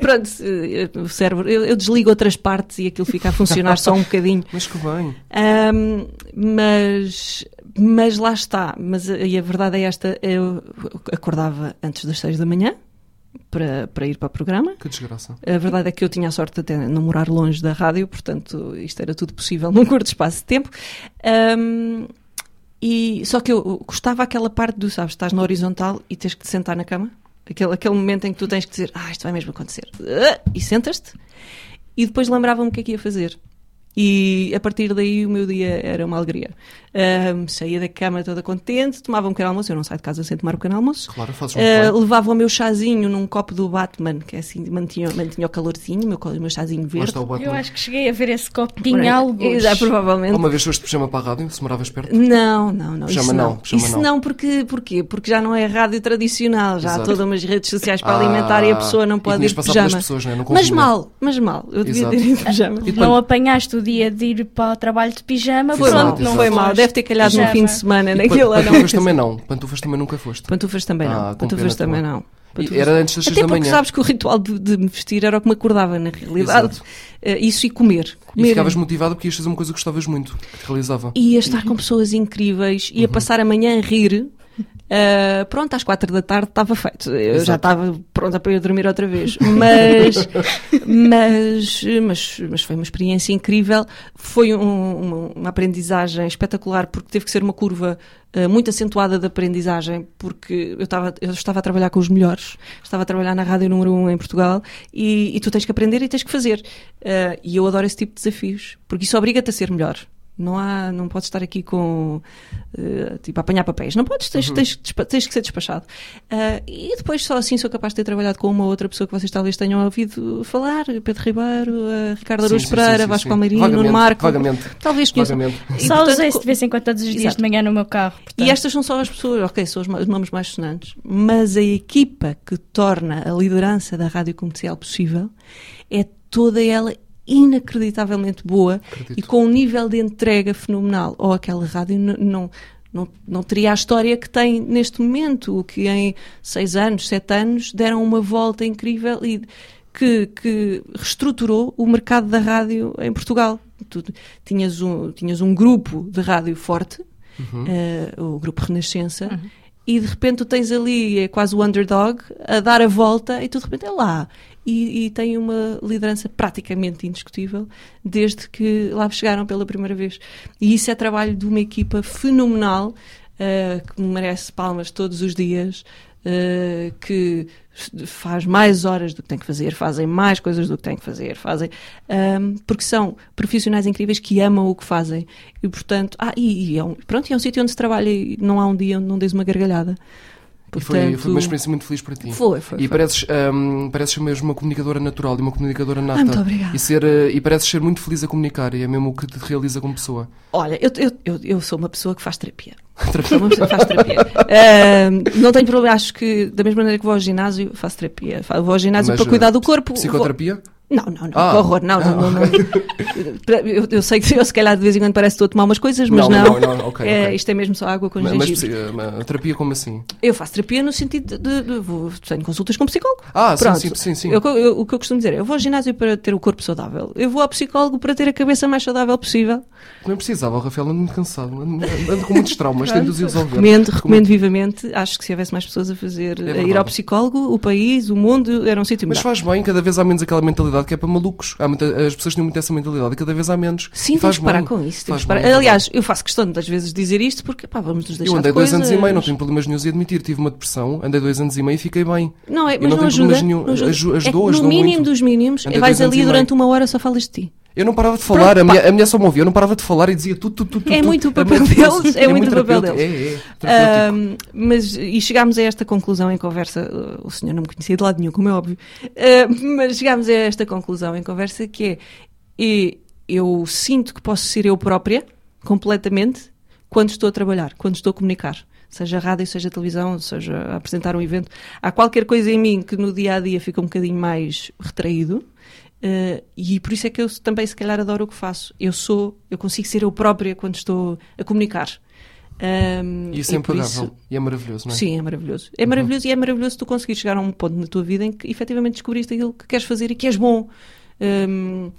pronto, eh, o cérebro. Eu, eu desligo outras partes e aquilo fica a funcionar só um bocadinho. Mas que bem. Ahm, mas, mas lá está. Mas a, e a verdade é esta: eu acordava antes das seis da manhã para, para ir para o programa. Que desgraça. A verdade é que eu tinha a sorte de até não morar longe da rádio, portanto, isto era tudo possível num curto espaço de tempo. Ahm, e, só que eu gostava aquela parte do, sabes, estás na horizontal e tens que te sentar na cama. Aquele, aquele momento em que tu tens que dizer, ah, isto vai mesmo acontecer. Ah, E sentas-te. E depois lembrava-me o que é que ia fazer. E a partir daí o meu dia era uma alegria. Ahm, saía da cama toda contente, tomava um pequeno almoço. Eu não saio de casa sem tomar um pequeno almoço. Claro, fazes muito Ah, bem. levava o meu chazinho num copo do Batman, que assim mantinha, mantinha o calorzinho, o meu, co- o meu chazinho Lá verde. está o Eu Batman. acho que cheguei a ver esse copinho algo. Já, provavelmente. Uma vez foste de pijama para a rádio, se moravas perto. Não, não, não. é? Chama isso não, não. chama isso não. não, porque, porquê? Porque já não é rádio tradicional, já Exato. há todas umas redes sociais para Ah, alimentar e a pessoa não e pode ir tinhas de passado pelas pijama. pessoas, não é? Não mas convinha. mal, mas mal. Eu devia Exato. ter ido de pijama. E Não quando- apanhaste o dia de ir para o trabalho de pijama, Foi pronto, mal, exato. não foi mal. foste. Deve ter calhado num Pijama. fim de semana E naquilo. pan- ano. Pantufas também não. Pantufas também nunca foste. Pantufas também não. Ah, com pena Pantufas também tua. não. para tu Era antes das seis Até da porque manhã. sabes que o ritual de, de me vestir era o que me acordava, na realidade. Exato. Eh, isso e comer. E comer. ficavas motivado porque ias fazer uma coisa que gostavas muito, que te realizava. E a estar com pessoas incríveis, ia passar a manhã a rir. Ah, pronto, às quatro da tarde estava feito. Eu Exato. já estava pronta para ir dormir outra vez. Mas, mas, mas, mas foi uma experiência incrível. Foi um- uma, uma aprendizagem espetacular, porque teve que ser uma curva ah, muito acentuada de aprendizagem, porque eu estava, eu estava a trabalhar com os melhores, estava a trabalhar na Rádio Número 1 em Portugal, e, e tu tens que aprender e tens que fazer. Ah, e eu adoro esse tipo de desafios, porque isso obriga-te a ser melhor. Não há, não podes estar aqui com eh, tipo a apanhar papéis. Não podes, Uhum. tens, tens, que despa- tens que ser despachado. Ah, e depois só assim sou capaz de ter trabalhado com uma outra pessoa que vocês talvez tenham ouvido falar, Pedro Ribeiro, eh, Ricardo Sim, Araújo sim, Pereira, sim, sim, Vasco sim. Palmeirinho, Vagamente, Nuno Marco. vagamente. Talvez conheçam. Vagamente. E, Só portanto, usei-se co- de vez em quando todos os dias Exato. de manhã no meu carro. portanto. e estas não são as pessoas, ok, são os, ma- os nomes mais sonantes, mas a equipa que torna a liderança da rádio comercial possível é toda ela inacreditavelmente boa Acredito. e com um nível de entrega fenomenal. Ou aquela rádio n- não. Não, não teria a história que tem neste momento, que em seis anos, sete anos, deram uma volta incrível e que, que reestruturou o mercado da rádio em Portugal. Tu tinhas um, tinhas um grupo de rádio forte, eh, o grupo Renascença, e de repente tu tens ali eh, quase o underdog a dar a volta e tu de repente é lá. E, e tem uma liderança praticamente indiscutível desde que lá chegaram pela primeira vez. E isso é trabalho de uma equipa fenomenal eh, que merece palmas todos os dias. eh, que s- faz mais horas do que tem que fazer, fazem mais coisas do que tem que fazer, fazem ahm, porque são profissionais incríveis que amam o que fazem e portanto, ah, e, e é um, pronto, e é um sítio onde se trabalha e não há um dia onde não dês uma gargalhada. E foi, foi Portanto, uma experiência muito feliz para ti. Foi, foi, E foi. pareces, hum, pareces mesmo uma comunicadora natural e uma comunicadora nata. Ai, muito obrigada. E, ser, eh, e pareces ser muito feliz a comunicar e é mesmo o que te realiza como pessoa. Olha, eu, eu, eu, eu sou uma pessoa que faz terapia. Sou uma pessoa que faz terapia. Ahm, não tenho problema, acho que da mesma maneira que vou ao ginásio, faço terapia. Fa- Vou ao ginásio Mas, para eh, cuidar do corpo. vou- Psicoterapia? Não, não, não, Ah. que horror, não, não, não, não. Eu, eu sei que eu se calhar de vez em quando parece que estou a tomar umas coisas, Não, mas não. não, não, ok, É, ok. Isto é mesmo só água com Mas, gengibre. mas, eh, mas terapia como assim? Eu faço terapia no sentido de, de- vou- tenho consultas com psicólogo. Ah, sim, Pronto. sim, sim, sim. Eu- eu- o que eu costumo dizer é, eu vou ao ginásio para ter o corpo saudável, eu vou ao psicólogo para ter a cabeça mais saudável possível. Não precisava, o Rafael ando muito cansado, ando, ando com muitos traumas, tenho de os resolver. Recomendo, Como- recomendo vivamente. Acho que se houvesse mais pessoas a fazer, a ir É verdade. ao psicólogo, o país, o mundo, era um sítio Mas melhor. faz bem, cada vez há menos aquela mentalidade que é para malucos. Há muita- as pessoas têm muito essa mentalidade, e cada vez há menos. Sim, E temos faz que parar bem. com isso. Faz Temos que parar. bem, é Aliás, eu faço questão de, às vezes dizer isto porque pá, vamos nos deixar eh, Eu andei de dois coisas. anos e meio, não tenho problemas nenhum de admitir. Tive uma depressão, andei dois anos e meio e fiquei bem. Não, é, Eu mas não, tenho ajuda. problemas nenhum. não ajuda. Aju- É que ajudou, no ajudou mínimo muito. dos mínimos, Andei vais dois é anos ali e durante meio. uma hora só falas de ti. Eu não parava de falar, a, minha, a mulher só me ouvia, eu não parava de falar e dizia tudo, tudo, tudo. É tudo, muito o tudo. papel deles, é muito o papel terapêutico. deles. É, é, terapêutico. Ahm, mas, e chegámos a esta conclusão em conversa, uh, o senhor não me conhecia de lado nenhum, como é óbvio, Ah, mas chegámos a esta conclusão em conversa que é, e eu sinto que posso ser eu própria, completamente, quando estou a trabalhar, quando estou a comunicar. Seja rádio, seja televisão, seja a apresentar um evento. Há qualquer coisa em mim que no dia a dia fica um bocadinho mais retraído. ah, e por isso é que eu também, se calhar, adoro o que faço. Eu sou, eu consigo ser eu própria quando estou a comunicar. Ahm, E isso é por impagável. E é maravilhoso, não é? Sim, é maravilhoso. É maravilhoso e é maravilhoso tu conseguir chegar a um ponto na tua vida em que efetivamente descobriste aquilo que queres fazer e que és bom. Hum,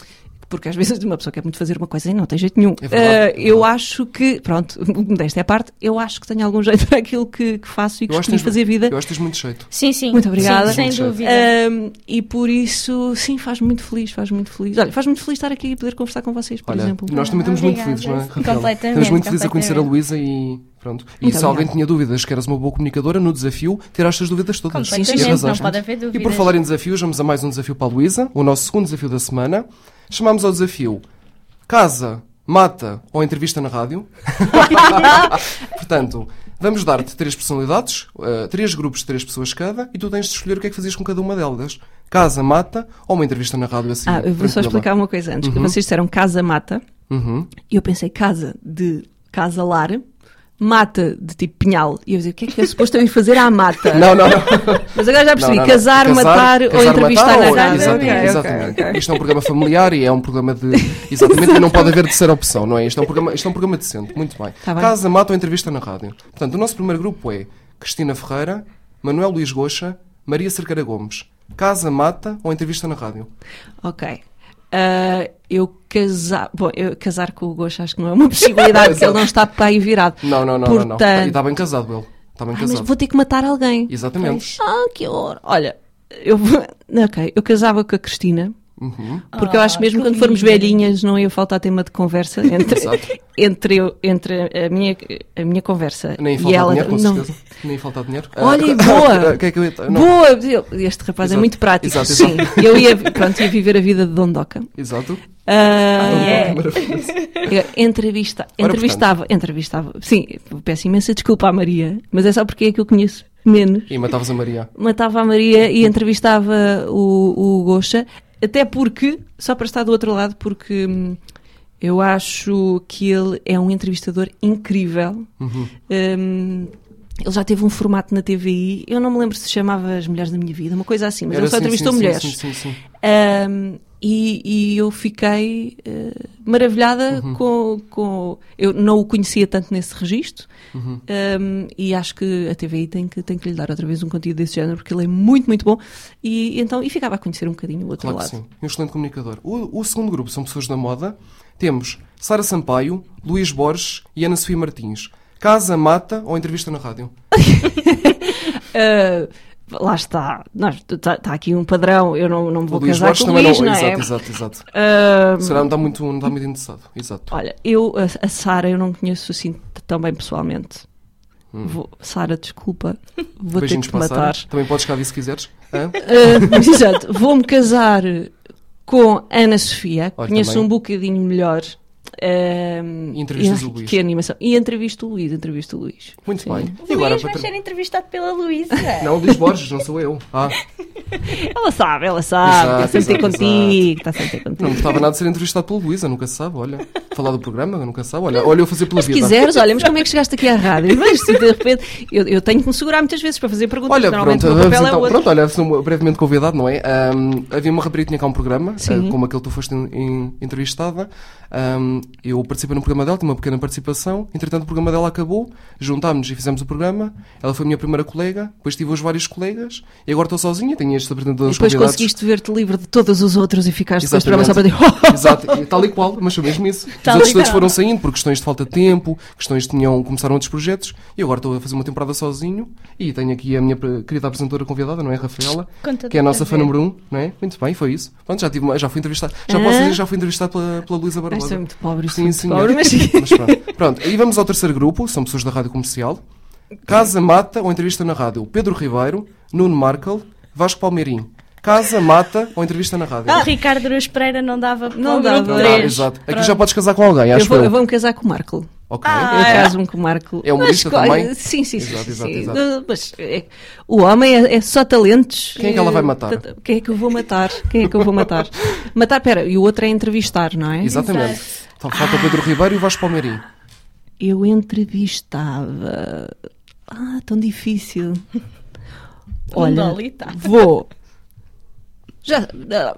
porque às vezes uma pessoa quer muito fazer uma coisa e não tem jeito nenhum. É verdade, Ah, é verdade. eu acho que, pronto, desta é a parte, eu acho que tenho algum jeito para aquilo que, que faço e que Eu acho, escolhi que fazer tens, vida. eu acho que tens muito jeito. Sim, sim. Muito obrigada. Sim, sem Muito dúvida. Hum, e por isso, sim, faz muito feliz, faz muito feliz. Olha, faz muito feliz estar aqui e poder conversar com vocês, por Olha, exemplo. nós também estamos muito Obrigada. felizes, não é, Rafael? Completamente, Estamos muito felizes a conhecer a completamente. Luísa e pronto. E Muito se alguém obrigada. tinha dúvidas que eras uma boa comunicadora, no desafio, tiraste as dúvidas todas. Completamente, E arrasaste. não pode haver E por dúvidas. falar em desafios, vamos a mais um desafio para a Luísa, o nosso segundo desafio da semana. Chamámos ao desafio Casa, Mata ou Entrevista na Rádio. Portanto, vamos dar-te três personalidades, eh, três grupos de três pessoas cada, e tu tens de escolher o que é que fazias com cada uma delas. Casa, Mata ou uma entrevista na rádio assim. Ah, eu vou só tranquila. explicar uma coisa antes. Uhum. Vocês disseram casa mata. E eu pensei casa de casa lar, mata de tipo pinhal. E eu dizia, o que é que é suposto eu ir fazer à mata? Não, não, não. Mas agora já percebi, Não, não, não. casar, matar ou casar, entrevistar matar na ou- casa. Exatamente, Ok, ok, exatamente. ok. Isto é um programa familiar e é um programa de. Exatamente, e não pode haver terceira opção, não é? Isto é um programa, isto é um programa decente, muito bem. Tá bem. Casa, mata ou entrevista na rádio. Portanto, o nosso primeiro grupo é Cristina Ferreira, Manuel Luís Goxa, Maria Cerqueira Gomes. Casa, mata ou entrevista na rádio? Ok. Ah, eu casar. Bom, eu casar com o Gosto acho que não é uma possibilidade, porque ele não está para aí virado. Não, não, não, não, não. Portanto- E está bem casado ele. Está bem Ah, mas casado. vou ter que matar alguém. Exatamente. Ah, que horror. Olha, eu. Ok, eu casava com a Cristina. Uhum. Porque eu acho mesmo que que quando formos lindo. velhinhas não ia faltar tema de conversa entre, Exato. entre, eu, entre a, minha, a minha conversa Nem e falta ela. dinheiro, com não. certeza. Nem falta dinheiro. Ah, Olha, e que- boa! que é que eu ia- não. Boa! Eu- Este rapaz é Exato. muito prático. Exato, Sim, eu ia, pronto, ia viver a vida de Dondoca. Exato. Ah, Yeah. Maravilhoso. eu entrevista, Ora, entrevistava, entrevistava. Sim, peço imensa desculpa à Maria, mas é só porque é que eu conheço menos. E matavas a Maria. matava a Maria e entrevistava o, o Gosha, até porque, só para estar do outro lado, porque hum, eu acho que ele é um entrevistador incrível. Uhum. Hum, ele já teve um formato na TVI, eu não me lembro se chamava As Mulheres da Minha Vida, uma coisa assim, mas Era ele só sim, entrevistou sim, sim, mulheres. Sim, sim, sim. Um, e, e eu fiquei eh, maravilhada Uhum. com, com. Eu não o conhecia tanto nesse registro Uhum. um, e acho que a TVI tem que, tem que lhe dar outra vez um conteúdo desse género porque ele é muito, muito bom. E então e ficava a conhecer um bocadinho o outro Claro que lado. sim. E Um excelente comunicador. O, o segundo grupo são pessoas da moda. Temos Sara Sampaio, Luís Borges e Ana Sofia Martins. Casa, mata ou entrevista na rádio? Ah, lá está, está aqui um padrão. Eu não, não me vou o Luís casar Borges com o também Luís, não. não é? Exato, exato, exato. Ah, Será não está muito, não está muito interessado. Exato. Olha, eu, a, a Sara, eu não conheço assim t- tão bem pessoalmente. Vou- Sara, desculpa, vou Hum. Beijinhos ter que para a te Sara. matar. Também podes cá vir se quiseres. Hã? Ah, mas exato, vou-me casar com Ana Sofia, Olha, conheço também. um bocadinho melhor. ahm, E entrevistas e- o Luís. Que animação. E entrevisto o Luís, entrevisto o Luís. Muito Sim. bem. E Luís agora vai para ter... ser entrevistado pela Luísa. Não, Luís Borges, não sou eu. Ah, Ela sabe, ela sabe, Exato, está sempre exato, contigo, está sempre contigo. não gostava nada de ser entrevistado pelo Luísa, nunca se sabe, olha. Falar do programa, nunca se sabe, olha. Olha eu fazer pela Se vida. quiseres, olha, mas como é que chegaste aqui à rádio? Mas se de repente, eu, eu tenho que me segurar muitas vezes para fazer perguntas, Olha, normalmente pronto, o meu papel é então, outro. pronto, olha, sou brevemente convidado, não é? Ahm, havia uma rapariga que tinha cá um programa, ah, como aquele que tu foste em- em- entrevistada. Ahm, eu participei no programa dela, tinha uma pequena participação. Entretanto, o programa dela acabou, juntámos-nos e fizemos o programa. Ela foi a minha primeira colega, depois tive os vários colegas e agora estou sozinha, tenho estes apresentadores E depois convidados. conseguiste ver-te livre de todos os outros e ficaste depois para só para dizer Exato, e tal e qual, mas foi mesmo isso. Os Tal outros e todos qual. foram saindo por questões de falta de tempo, questões de tinham, começaram outros projetos, e agora estou a fazer uma temporada sozinho e tenho aqui a minha pre- querida apresentadora convidada, não é, Rafaela? Conta que é a do nossa fã prazer. número um, não é? Muito bem, foi isso. Pronto, já, tive, uma- já fui entrevistado, já posso Ah? dizer, que já fui entrevistado pela, pela Luísa Barbosa. Isto é muito pobre, isto é sim, muito sim, pobre, é. mas- pronto. Pronto, e vamos ao terceiro grupo, são pessoas da rádio comercial. Casa, mata ou entrevista na rádio? Pedro Ribeiro, Nuno Markel, Vasco Palmeirim. Casa, mata ou entrevista na rádio? O Ah, Ricardo Aruz Pereira não dava para Não o dava. grupo Não Ah, dava, 3. exato. Aqui já podes casar com alguém, acho Eu vou- eu. eu vou-me casar com o Marco. Ok. Eu Ah, é. caso-me com um o Marco. É humorista Mas, também? olha, Sim, sim, sim. Exato, sim, exato, sim. exato. Não, Mas é- o homem é, é só talentos. Quem é que ela vai matar? Eh, Quem é que eu vou matar? Quem é que eu vou matar? matar, pera, e o outro é entrevistar, não é? Exatamente. Então, falta o Pedro Ribeiro e o Vasco Palmeirim. Eu entrevistava. Ah, tão difícil. Olha, Um Lolita. vou. Já. ah,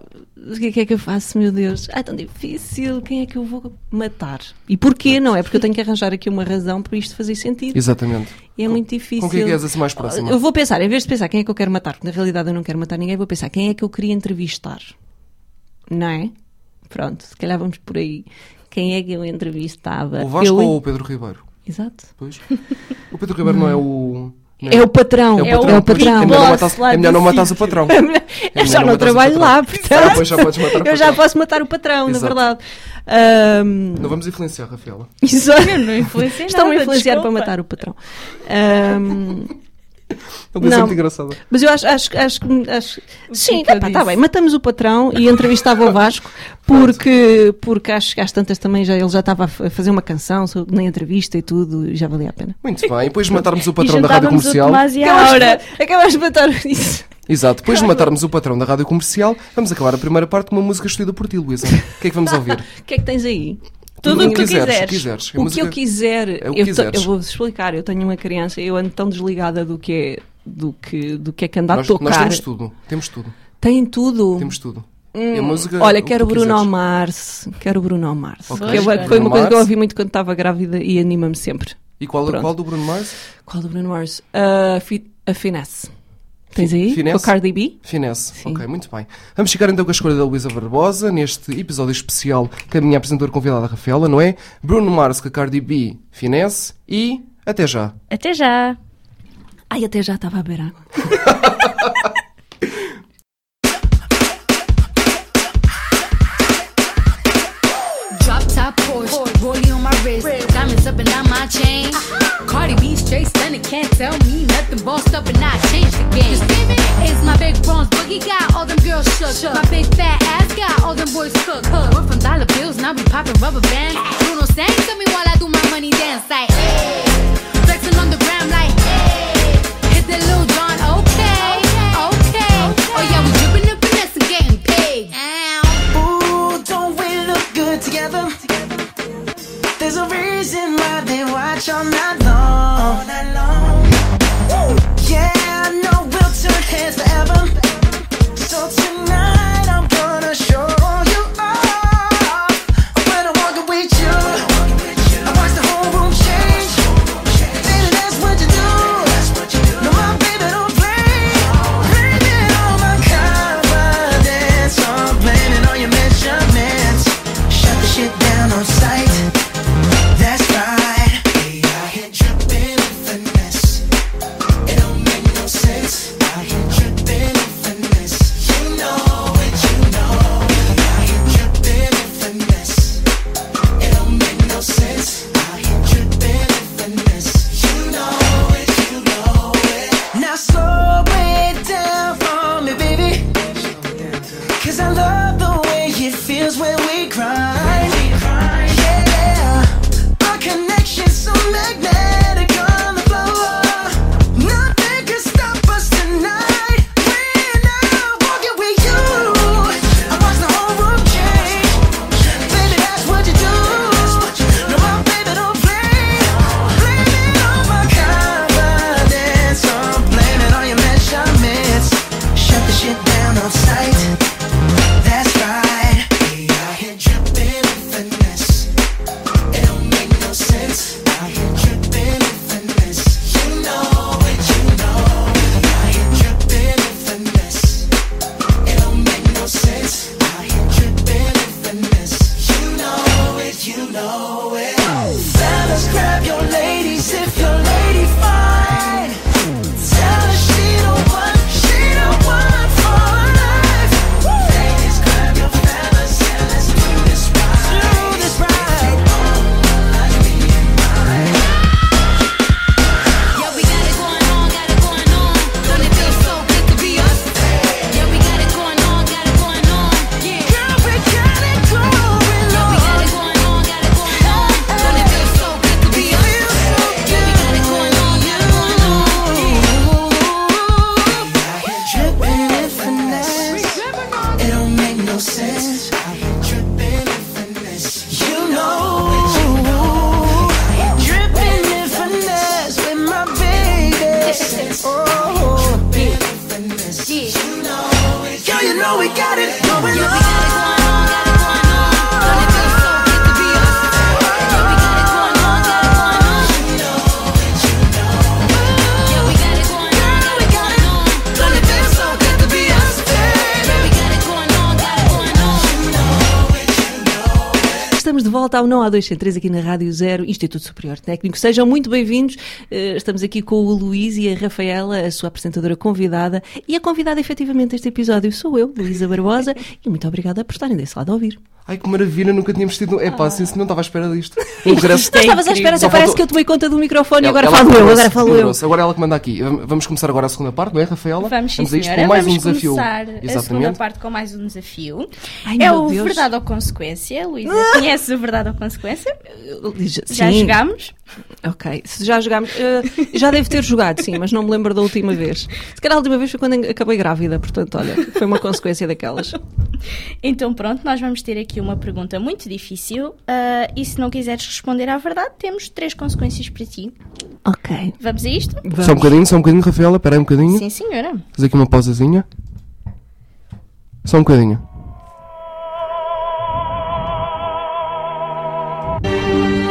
O que é que é que eu faço, meu Deus? Ah, tão difícil. Quem é que eu vou matar? E porquê, não é? Porque eu tenho que arranjar aqui uma razão para isto fazer sentido. Exatamente. E é muito difícil. com quem é que és assim mais próxima? Eu vou pensar, em vez de pensar quem é que eu quero matar, porque na realidade eu não quero matar ninguém, vou pensar quem é que eu queria entrevistar. Não é? Pronto, se calhar vamos por aí. Quem é que eu entrevistava? O Vasco É, Eu- ou o Pedro Ribeiro? Exato. Pois. O Pedro Ribeiro não é o. não É o patrão. É o- pois. patrão. É melhor não Boss matares- lá é melhor não do matares o sítio. patrão. Eu Ainda já não não mataste o trabalho patrão. lá, portanto. Ah, pois, já podes matar o Eu já patrão. posso matar o patrão, Exato. na verdade. Ahm, Não vamos influenciar, Rafaela. exato. Eu não influenciei Estão a nada, influenciar para desculpa. matar o patrão. Ahm, Ele é Não. muito engraçada. mas eu acho, acho, acho, que- acho- Sim, que é que eu está disse? bem. Matamos o patrão e entrevistava o Vasco, porque, porque acho que às tantas também já, ele já estava a fa- fazer uma canção sobre- na entrevista e tudo, e já valia a pena. Muito bem. Depois de matarmos o E patrão da rádio juntávamos o comercial. Tomás e a Acabaste Aura. de- Acabaste de matar isso. Exato. Depois de matarmos o patrão da rádio comercial, vamos acabar a primeira parte com uma música escolhida por ti, Luísa. O que é que vamos ouvir? O que é que tens aí? Tudo o o que tu quiseres. quiseres. quiseres. A O que música- eu quiser, É o que eu, to- quiseres. eu vou explicar. Eu tenho uma criança e eu ando tão desligada do que é, do que, do que, é que anda a Nós, tocar. nós temos tudo. Temos tudo. Tem tudo. Temos tudo. Hum, É música, Olha, o que quero tu Bruno quiseres. Mars. Quero Bruno Mars. Ok. Que eu- Boa escolha. foi uma coisa que eu Mars. ouvi muito quando estava grávida e anima-me sempre. E qual, Pronto. qual do Bruno Mars? Qual do Bruno Mars? Ah, fi- a Finesse. Tens aí? Finesse? Com a Cardi B? Finesse. Sim. Ok, muito bem. Vamos chegar então com a escolha da Luísa Barbosa neste episódio especial que a minha apresentadora convidada Rafaela, não é? Bruno Mars com a Cardi B, Finesse e até já. Até já! Ai, até já estava a beber água. Drop top Porsche, rollie on my wrist, diamonds up and down my chain. Cardi B straight stunning, can't tell me nothing. Bossed up and I changed the game. You see me? It's my big bronze boogie, got all them girls shook. My big fat ass got all them boys cooked. Huh. Went from dollar bills, now we popping rubber bands. Bruno sang to me while I do my money dance like. Hey. Flexing on the gram like. Hey. Hit that little John, okay, okay. Oh yeah, we dripping and finessing, getting paid. Ow. Ooh, don't we look good together? There's a reason why they watch all night long. All night long. Yeah, I know we'll turn heads forever. So tonight I'm gonna show you off. When I'm walking with you, I watch the whole room change. Baby, that's what you do. No, my baby don't play. Blaming all my confidence, I'm blaming all your measurements. Shut the shit down on sight. That's right. I hear dripping and finesse. It don't make no sense. I hear dripping and finesse. You know it, you know. I hear dripping and finesse. It don't make no sense. I hear dripping and finesse. You know it, you know it. Now slow it down for me, baby. Cause I love the way it feels when we cry. Yeah, our connection's so magnetic on the floor. Nothing can stop us tonight. We're now walking with you. I watch the whole room change. Baby, that's what you do. No, my baby don't play. Blaming all my confidence, I'm blaming all your measurements. Shut the shit down on sight. That's right. I hear dripping with finesse. It don't make no sense. I hear dripping with finesse. You know it, you know it. I hear dripping with finesse. It don't make no sense. I hear dripping with finesse. You know it, you know it. Fellas, grab your ladies if your lady fine. Tell her she the one, she the one for life. Ladies, grab your fellas and let's do this right. Do this right. Yeah, we got it going on, got it going on. Don't it feel so good to be us? Yeah, we got it going on, got it going on. Yeah, Girl, we got it going yeah, we got on. it going on, got it going on. Don't it feel so good to be us? Feels so Yeah, we got it going on, got it going on. Yeah. dripping in finesse. It don't make no sense. Dripping in finesse. You know. Dripping in finesse with my baby. Oh. Dripping in finesse. You know it. Yo, you know we got it Yeah, going we got it on. going on, got it going on. Don't it feel so good to be us? Yeah, we got it going on, got it going on. Yeah, we got it going on, got it going on. Don't it feel so good to be us? Yeah, we got it going on, got it going on. Estamos de volta ao Não Há 203 aqui na Rádio Zero, Instituto Superior Técnico. Sejam muito bem-vindos. Eh, Estamos aqui com o Luís e a Rafaela, a sua apresentadora convidada. E a convidada, efetivamente, deste episódio sou eu, Luísa Barbosa. E muito obrigada por estarem desse lado a ouvir. Ai que maravilha, nunca tínhamos tido. É pá, assim, se não estava à espera disto. Um regresso. Não Ah. é estavas à incrível. espera, Só só parece faltou- que eu tomei conta do microfone e Ela- agora ela falo eu, lembrou-se, agora falo eu. lembrou-se. Agora ela que manda aqui. Vam- Vamos começar agora a segunda parte, não é, Rafaela? Vamos, sim, a isto senhora. com mais Vamos um desafio. começar a segunda Exatamente. parte com mais um desafio. Ai, é meu o Deus. Ah! Verdade ou Consequência. Luísa, conheces o Verdade ou Consequência? Já Sim. jogámos. Ok, se já jogámos. eh, já devo ter jogado, sim, mas não me lembro da última vez. Se calhar a última vez foi quando en- acabei grávida, portanto, olha, foi uma consequência daquelas. Então pronto, nós vamos ter aqui uma pergunta muito difícil. ah, e se não quiseres responder à verdade, temos três consequências para ti. Ok. Vamos a isto? Vamos. Só um bocadinho, só um bocadinho, Rafaela, espera aí um Uhum. bocadinho. Sim, senhora. Fazer aqui uma pausazinha. Só um bocadinho.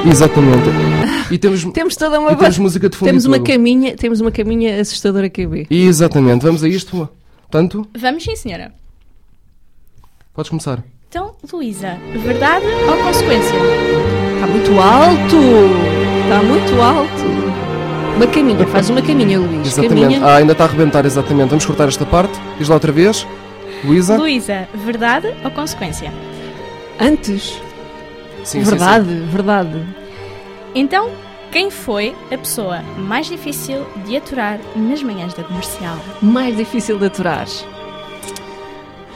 Exatamente. E temos, Temos toda uma e temos música de fundo Temos e uma tudo. caminha, temos uma caminha assustadora é QB. Exatamente. Vamos a isto? Tanto? Vamos sim, senhora. Podes começar. Então, Luísa, verdade ou consequência? Está muito alto. Está muito alto. Uma caminha, faz uma caminha, Luís. Exatamente. Caminha. Ah, ainda está a arrebentar, exatamente. Vamos cortar esta parte. Diz lá outra vez. Luísa? Luísa, verdade ou consequência? Antes. Ah. Sim, sim, verdade, verdade. Então, quem foi a pessoa mais difícil de aturar nas manhãs da comercial? Mais difícil de aturar.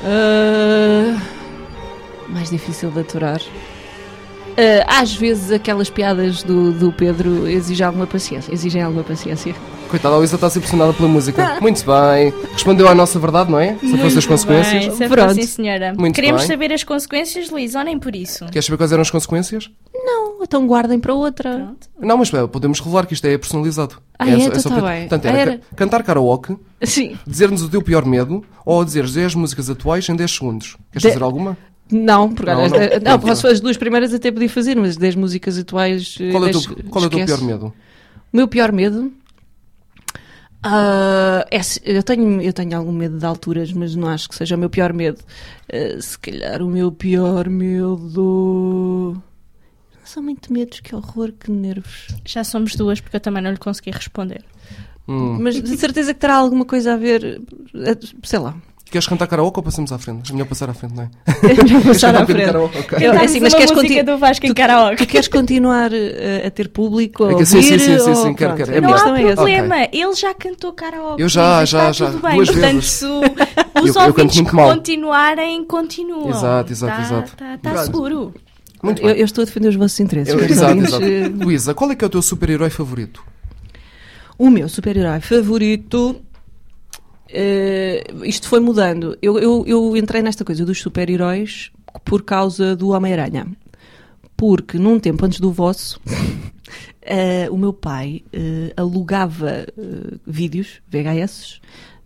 Ah, mais difícil de aturar. Ah, às vezes aquelas piadas do, do Pedro exigem alguma paciência. Exigem alguma paciência. sim. Coitada, a Luísa está a ser pressionada pela música. Muito bem. Respondeu à nossa verdade, não é? Se fossem as consequências. Bem, se assim, Pronto. Ah, Sim, senhora. Muito Queremos bem. saber as consequências, Luísa, ou nem por isso? Queres saber quais eram as consequências? Não, então guardem para outra. Pronto. Não, mas pá, podemos revelar que isto é personalizado. Ah, é? Então tá para- bem. Portanto, Ah, era, era. ca- cantar karaoke, Sim. dizer-nos o teu pior medo ou dizeres 10 músicas atuais em 10 segundos. Queres De- fazer alguma? Não, porque Não, não, não. não, posso- as duas primeiras até podia fazer, mas das músicas atuais. eh, Qual é, o deixo- teu, qual é o teu esquece. pior medo? O meu pior medo. ah, é se- eu, tenho, eu tenho algum medo de alturas, mas não acho que seja o meu pior medo. Ah, se calhar o meu pior medo. São muito medos, que horror, que nervos. Já somos duas, porque eu também não lhe consegui responder. Hum. Mas de certeza que terá alguma coisa a ver. eh, Sei lá. Queres cantar karaoke ou passamos à frente? É melhor passar à frente, não é? Já passar cantar um à bocadinho frente. karaoke, ok. Eu- é Cantarmos assim, mas uma queres música conti- do Vasco em tu- karaoke. Tu queres continuar eh, a, a ter público? A É que- ouvir, sim, sim, sim, sim, ou- sim, quero, pronto. quero. É A Não melhor. questão há essa. problema, ele já cantou karaoke. Eu já, Luísa, já, está já. Tudo bem, Duas portanto, vezes. se eu os canto ouvintes muito que mal. continuarem, continuam. Tá, Exato, exato, exato. Está Exato. seguro. Muito Eu, bem. eu estou a defender os vossos interesses. é Eu- meus exato, amigos. exato. Eh, Luísa, qual é que é o teu super-herói favorito? O meu super-herói favorito. eh, isto foi mudando. Eu, eu- eu entrei nesta coisa dos super-heróis por causa do Homem-Aranha. Porque num tempo antes do vosso, eh, o meu pai eh, alugava eh, vídeos, VHS,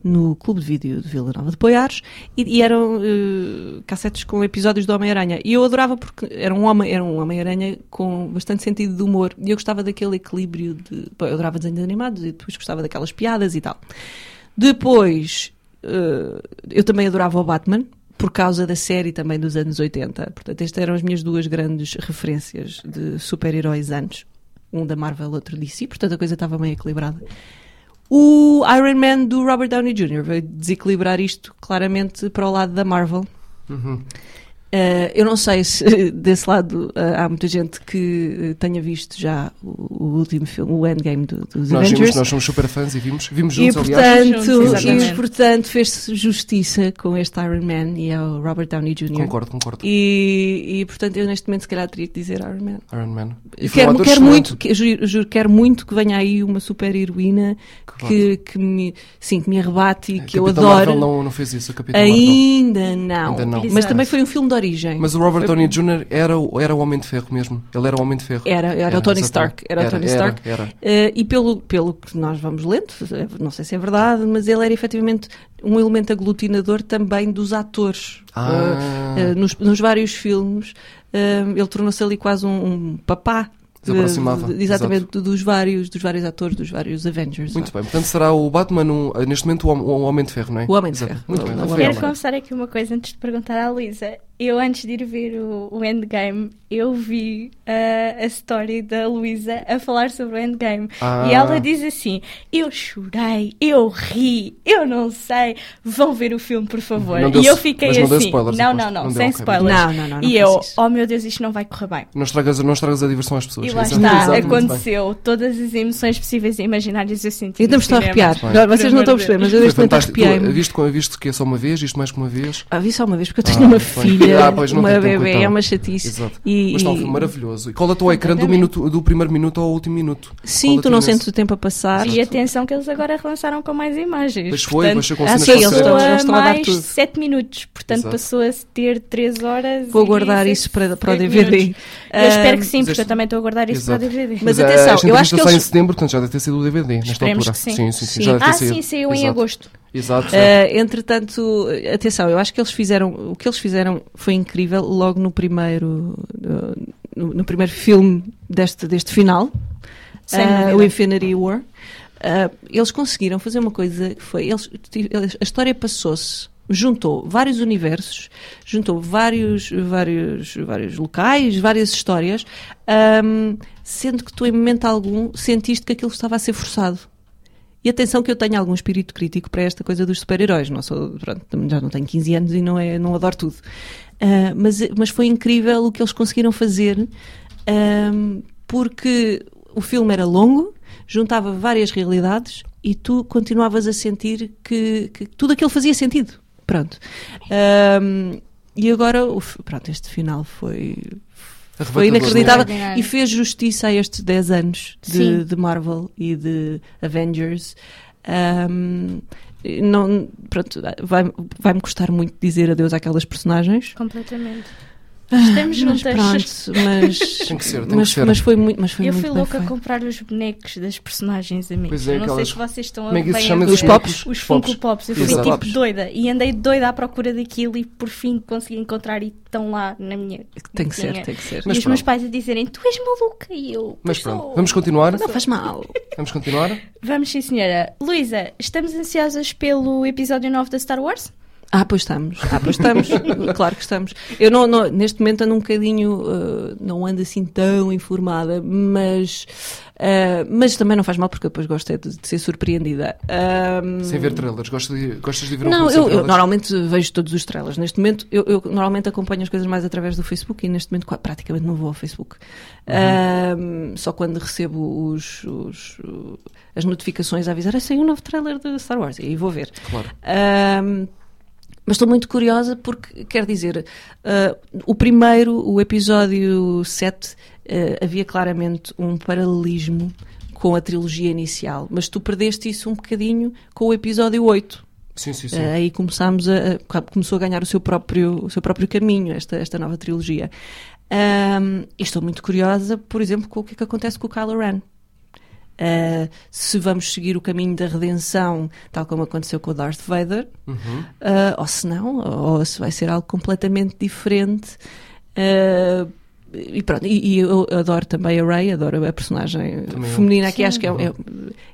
no Clube de Vídeo de Vila Nova de Poiares e, e eram eh, cassetes com episódios do Homem-Aranha. E eu adorava porque era um homem- era um Homem-Aranha com bastante sentido de humor e eu gostava daquele equilíbrio de. Bom, eu adorava desenhos animados e depois gostava daquelas piadas e tal. Depois, eh, eu também adorava o Batman, por causa da série também dos anos 80. Portanto, estas eram as minhas duas grandes referências de super-heróis anos. Um da Marvel, outro DC. Portanto, a coisa estava meio equilibrada. O Iron Man do Robert Downey Jr. veio desequilibrar isto claramente para o lado da Marvel. Uhum. Eh, eu não sei se desse lado eh, há muita gente que eh, tenha visto já o, o último filme, o Endgame do, dos Nós, Avengers. vimos, nós somos super fãs e vimos, vimos E juntos, aliás. portanto, Juntos, e, exatamente. portanto fez-se justiça com este Iron Man e é o Robert Downey Jr. Concordo, concordo. E, e, portanto eu neste momento se calhar teria que dizer Iron Man. Iron Man. E foi um Quero, ator quero excelente. muito, que, juro, juro, quero muito que venha aí uma super heroína que, que, me, sim, que me arrebate e que eu É, Capitão adoro. Marvel não, não fez isso, o Capitão Marvel. Ainda não. Ainda não. Mas Exato. também foi um filme de origem. Mas o Robert Downey Jr. Era, o- era o Homem de Ferro mesmo. Ele era o Homem de Ferro. Era, era, o Tony exatamente. Stark. Era, o Tony Stark. Era, era. Eh, e pelo, pelo que nós vamos lendo, não sei se é verdade, mas ele era efetivamente um elemento aglutinador também dos atores. Ah. Eh, eh, nos, nos vários filmes, eh, ele tornou-se ali quase um, um papá. Se aproximava, eh, de- de- exatamente, dos vários, dos vários atores, dos vários Avengers. Muito vá. bem. Portanto, será o Batman, um- eh, neste momento, o, Hom- o Homem de Ferro, não é? O Homem de Exato. Ferro. Muito O- bem. o Rafael. Quero confessar aqui uma coisa antes de perguntar à Luísa. Eu, antes de ir ver o, o Endgame, eu vi ah, a story da Luísa a falar sobre o Endgame. Ah. E ela diz assim: Eu chorei, eu ri, eu não sei. Vão ver o filme, por favor. Não deu e eu spo- fiquei mas não assim: deu spoilers, Não, aposto. não, não, Não deu, sem ok, spoilers. Não, não, não, não e faço eu: isso. Oh meu Deus, isto não vai correr bem. Não estragas, não estragas a diversão às pessoas. E lá Exato, está, exato, muito bem. aconteceu todas as emoções possíveis e imaginárias eu senti. E ainda no me estou a cinema. arrepiar. Muito bem. Não, vocês não estão a perceber, mas eu Foi neste momento fantástico. Tu, arrepiei-me. Viste, com- viste que é só uma vez, isto mais que uma vez. Ah, vi só uma vez, porque eu Ah, tenho uma pois. filha, Ah, pois, não uma tem tempo, bebê, então. é uma chatice. Exato. E- Mas está um e- filme maravilhoso. E cola o ecrã do, Completamente. minuto, do primeiro minuto ao último minuto. é Sim, Cola-te tu não imenso. sentes o tempo a passar. E atenção que eles agora relançaram com mais imagens. Pois foi, Portanto, pois foi com Ah, cenas sim, eles com estão- Passou cenas. eles a dar mais tudo. 7 minutos, portanto Exato. passou a ter 3 horas. Vou e guardar sete- isso para, para o sete DVD. minutos. Eu espero que Ah, sim, porque eu existe- também estou a guardar isso Exato. para o DVD. Mas eh, atenção, esta eu acho entrevista que sai em eles- setembro, portanto já deve ter sido o DVD nesta Esperemos altura. que sim. Sim, sim, sim, Sim. já deve ter ah, saído. sim, saiu em Exato. agosto. Exato. É exato. Ah, entretanto, atenção, eu acho que eles fizeram o que eles fizeram foi incrível logo no primeiro no, no- no primeiro filme deste, deste final, Sem ah, dúvida. o Infinity War, ah, eles conseguiram fazer uma coisa que foi. Eles, ti- eles- a história passou-se, juntou vários universos, juntou vários, vários, vários locais, várias histórias, ahm, sendo que tu, em momento algum, sentiste que aquilo estava a ser forçado. E atenção que eu tenho algum espírito crítico para esta coisa dos super-heróis. Não sou, pronto, também já não tenho 15 anos e não, é, não adoro tudo. Ah, mas, mas foi incrível o que eles conseguiram fazer, ahm, porque o filme era longo, juntava várias realidades e tu continuavas a sentir que, que tudo aquilo fazia sentido. Pronto. Ahm, e agora, o f- pronto, este final foi, é? foi inacreditável Extraordinário. e fez justiça a estes 10 anos de, Sim. de Marvel e de Avengers. Ahm, não, pronto, vai- vai-me custar muito dizer adeus àquelas personagens. Completamente. Estamos Ah, Mas juntas. pronto, mas, Tem que ser, tem mas, que ser. mas foi muito, mas foi Eu muito fui bem louca a feito. comprar os bonecos das personagens amigos. Pois é, não aquelas- sei se vocês estão a Como é que isso bem se chama? a esses ver. bonecos? Os Funko Pops. Eu fui Exato. tipo Pops. doida e andei doida à procura daquilo e por fim consegui encontrar e estão lá na minha. Tem que ser, cozinha. tem que E ser. Mas os meus pronto. pais a dizerem: Tu és maluca e eu. Mas "Pois sou." pronto, vamos continuar? Não faz mal. Vamos continuar? Vamos sim, senhora. Luísa, estamos ansiosas pelo episódio 9 da Star Wars? Ah, pois estamos. Ah, pois estamos. claro que estamos. Eu não, não- neste momento ando um bocadinho, ah, não ando assim tão informada, mas, ah, mas também não faz mal porque eu depois gosto é de, de ser surpreendida. Ahm, Sem ver trailers. Gostas de, gostas de ver um Não, filme sem eu, eu trailers? normalmente vejo todos os trailers. Neste momento, eu, eu normalmente acompanho as coisas mais através do Facebook e neste momento qua- praticamente não vou ao Facebook. Ahm, só quando recebo os, os, uh, as notificações a avisar, ah, saiu um novo trailer de Star Wars e aí vou ver. Claro. Ahm, mas estou muito curiosa porque, quer dizer, ah, o primeiro, o episódio 7, ah, havia claramente um paralelismo com a trilogia inicial, mas tu perdeste isso um bocadinho com o episódio 8. Sim, sim, sim. Eh, Aí começámos a, a- começou a ganhar o seu próprio, o seu próprio caminho, esta, esta nova trilogia. Ahm, e estou muito curiosa, por exemplo, com o que é que acontece com o Kylo Ren. Ah, se vamos seguir o caminho da redenção, tal como aconteceu com o Darth Vader, Uhum. ah, ou se não, ou se vai ser algo completamente diferente. Ah, e pronto, e, e eu adoro também a Rey, adoro a personagem Também eu. Uhum. feminina aqui, acho que é- é-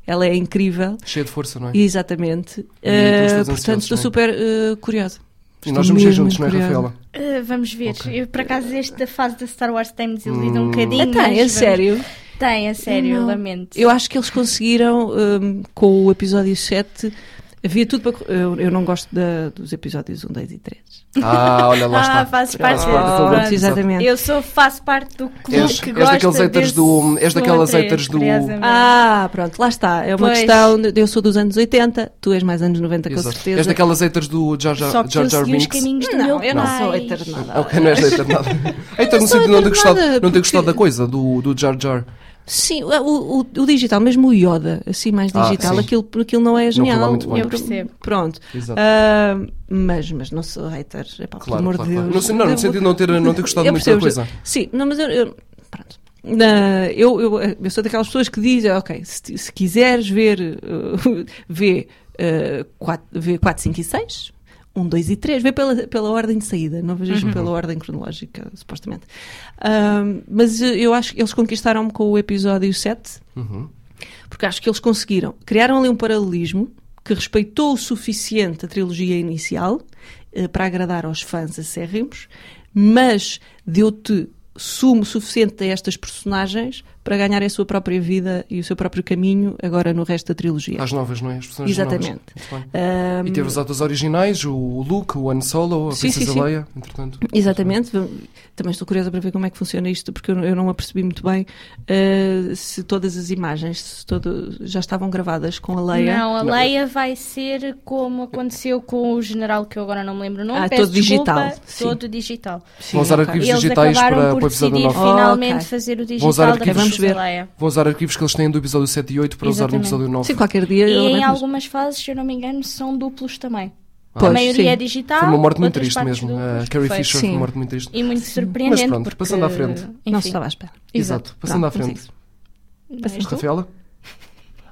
ela é incrível. Cheia de força, não é? Exatamente. estamos Eh, todos portanto, então ansiosos, estou não é? super eh, curiosa. E nós vamos ser mesmo juntos, não é, curiosa. Rafaela? Uh, vamos ver. Ok. Hum. Eu, por acaso, esta fase da Star Wars tem-me desiludido um bocadinho. Ah, tá, mas é vamos- sério. Tem, a sério, Não. lamento. Eu acho que eles conseguiram, hum, com o episódio 7, havia tudo para. co- Eu, eu não gosto da- dos episódios 1, 2 e 3. Ah, olha, lá ah, está. faço parte Faz parte do desse- grupo. Exatamente. Eu sou, faço parte do clube És- que és gosta daqueles haters desse do- um, és daquelas Star Trek, haters do- um. curiosamente. Ah, pronto, lá está. É uma Pois. questão. de- Eu sou dos anos 80, tu és mais anos 90, com Exato. certeza. És daquelas haters do Jar Jar Só que Jar eu Jar segui os Binks. caminhos do Não, meu eu não pai. sou eternada. Ok, não és hater de nada. Hater no sou sentido de não ter hater de gostado, nada, não ter gostado porque- da coisa, do, do Jar Jar. Sim, o, o- o digital, mesmo o Yoda, assim mais Ah, digital, sim. aquilo, aquilo não é genial. correu muito bem. Eu percebo. Pronto. Exato. Ah, mas, mas não sou hater, é pá, pelo Claro, amor claro, de Deus. claro. No, sen- não, no Eu- sentido de não ter, não ter gostado eu muito da percebo, coisa. Sim, não, mas eu. eu- pronto. Na- eu, eu, eu sou daquelas pessoas que dizem, ok, se, ti- se quiseres ver, eh, vê, 4, vê 4, 5 e 6, 1, 2 e 3, vê pela, pela ordem de saída, não vejas pela ordem cronológica, supostamente. Ahm, mas eh, eu acho que eles conquistaram-me com o episódio 7, Uhum. porque acho que eles conseguiram. Criaram ali um paralelismo que respeitou o suficiente a trilogia inicial eh, para agradar aos fãs acérrimos, mas deu-te sumo suficiente a estas personagens para ganhar a sua própria vida e o seu próprio caminho agora no resto da trilogia. Às novas, não é? As personagens Exatamente. novas. Muito bem. Ahm, E teve os atores originais, o Luke, o Han Solo, a Sim, Princesa sim, sim. Leia, entretanto. Exatamente. Também estou curiosa para ver como é que funciona isto, porque eu, eu não apercebi muito bem eh, se todas as imagens se todo- já estavam gravadas com a Leia. Não, a Leia vai ser como aconteceu com o general que eu agora não me lembro o nome. Ah, peço todo digital, desculpa, sim. Todo digital. Sim, Vão usar ok. arquivos Eles digitais acabaram para, por para o episódio decidir 9. finalmente Oh, ok. fazer Vão o usar digital da arquivos. Vamos ver. Princesa Leia. Vão usar arquivos que eles têm do episódio 7 e 8 para usar no Exatamente. episódio 9. Sim, qualquer dia. E eu em lembro-me. algumas fases, se eu não me engano, são duplos também. Pois, a maioria sim. é digital. Foi uma morte muito outras triste partes mesmo. duplas. A Carrie Foi. Fisher foi Sim. uma morte muito triste. E muito surpreendente. Mas pronto, porque, passando à frente. Não se enfim, estava à espera. Exato. Passando Pronto, à frente. mas é isso. não és tu? Rafaela?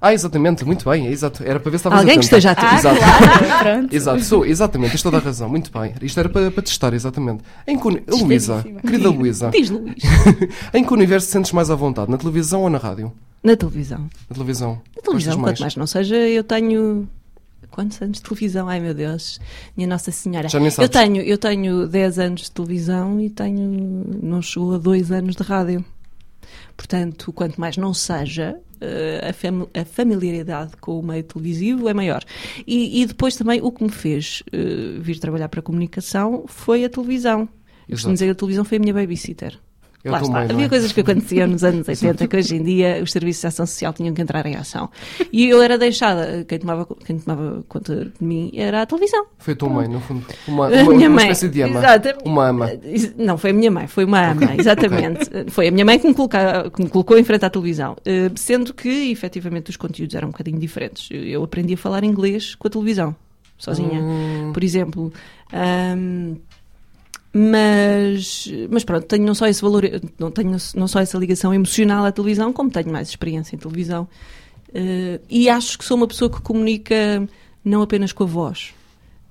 Ah, exatamente, muito bem, é exato. Era para ver se estavas Alguém que atenta. esteja atento. Ah, Exato. claro, pronto. Exato, sou, exatamente, tens toda a razão, muito bem. Isto era para, para testar, exatamente. Em que uni- Luísa, Testadíssima. querida Luísa, Diz Luís. em que universo te sentes mais à vontade? Na televisão ou na rádio? Na televisão. Na televisão. Na televisão, Gostas quanto mais não seja, eu tenho. Quantos anos de televisão? Ai meu Deus, minha Nossa Senhora. Já nem eu sabes. tenho, eu tenho 10 anos de televisão e tenho. não chegou a 2 anos de rádio. Portanto, quanto mais não seja, eh, a, fam- a familiaridade com o meio televisivo é maior. E, e depois também o que me fez eh, vir trabalhar para a comunicação foi a televisão. Eu Exato. costumo dizer que a televisão foi a minha babysitter. Eu Lá também, está. não é? Havia coisas que aconteciam nos anos 80 que hoje em dia os serviços de ação social tinham que entrar em ação. E eu era deixada, quem tomava, quem tomava conta de mim era a televisão. Foi a tua mãe, no fundo. Uma, a uma, minha uma mãe. espécie de ama. Exato, a minha- Uma ama. Ex- Não, foi a minha mãe, foi uma ama, exatamente. Foi a minha mãe que me, coloca- que me colocou em frente à televisão. Eh, Sendo que, efetivamente, os conteúdos eram um bocadinho diferentes. Eu- Eu aprendi a falar inglês com a televisão, sozinha, por exemplo. Ahm, mas, mas pronto, tenho não só esse valor, não tenho não só essa ligação emocional à televisão, como tenho mais experiência em televisão. Eh, e acho que sou uma pessoa que comunica não apenas com a voz.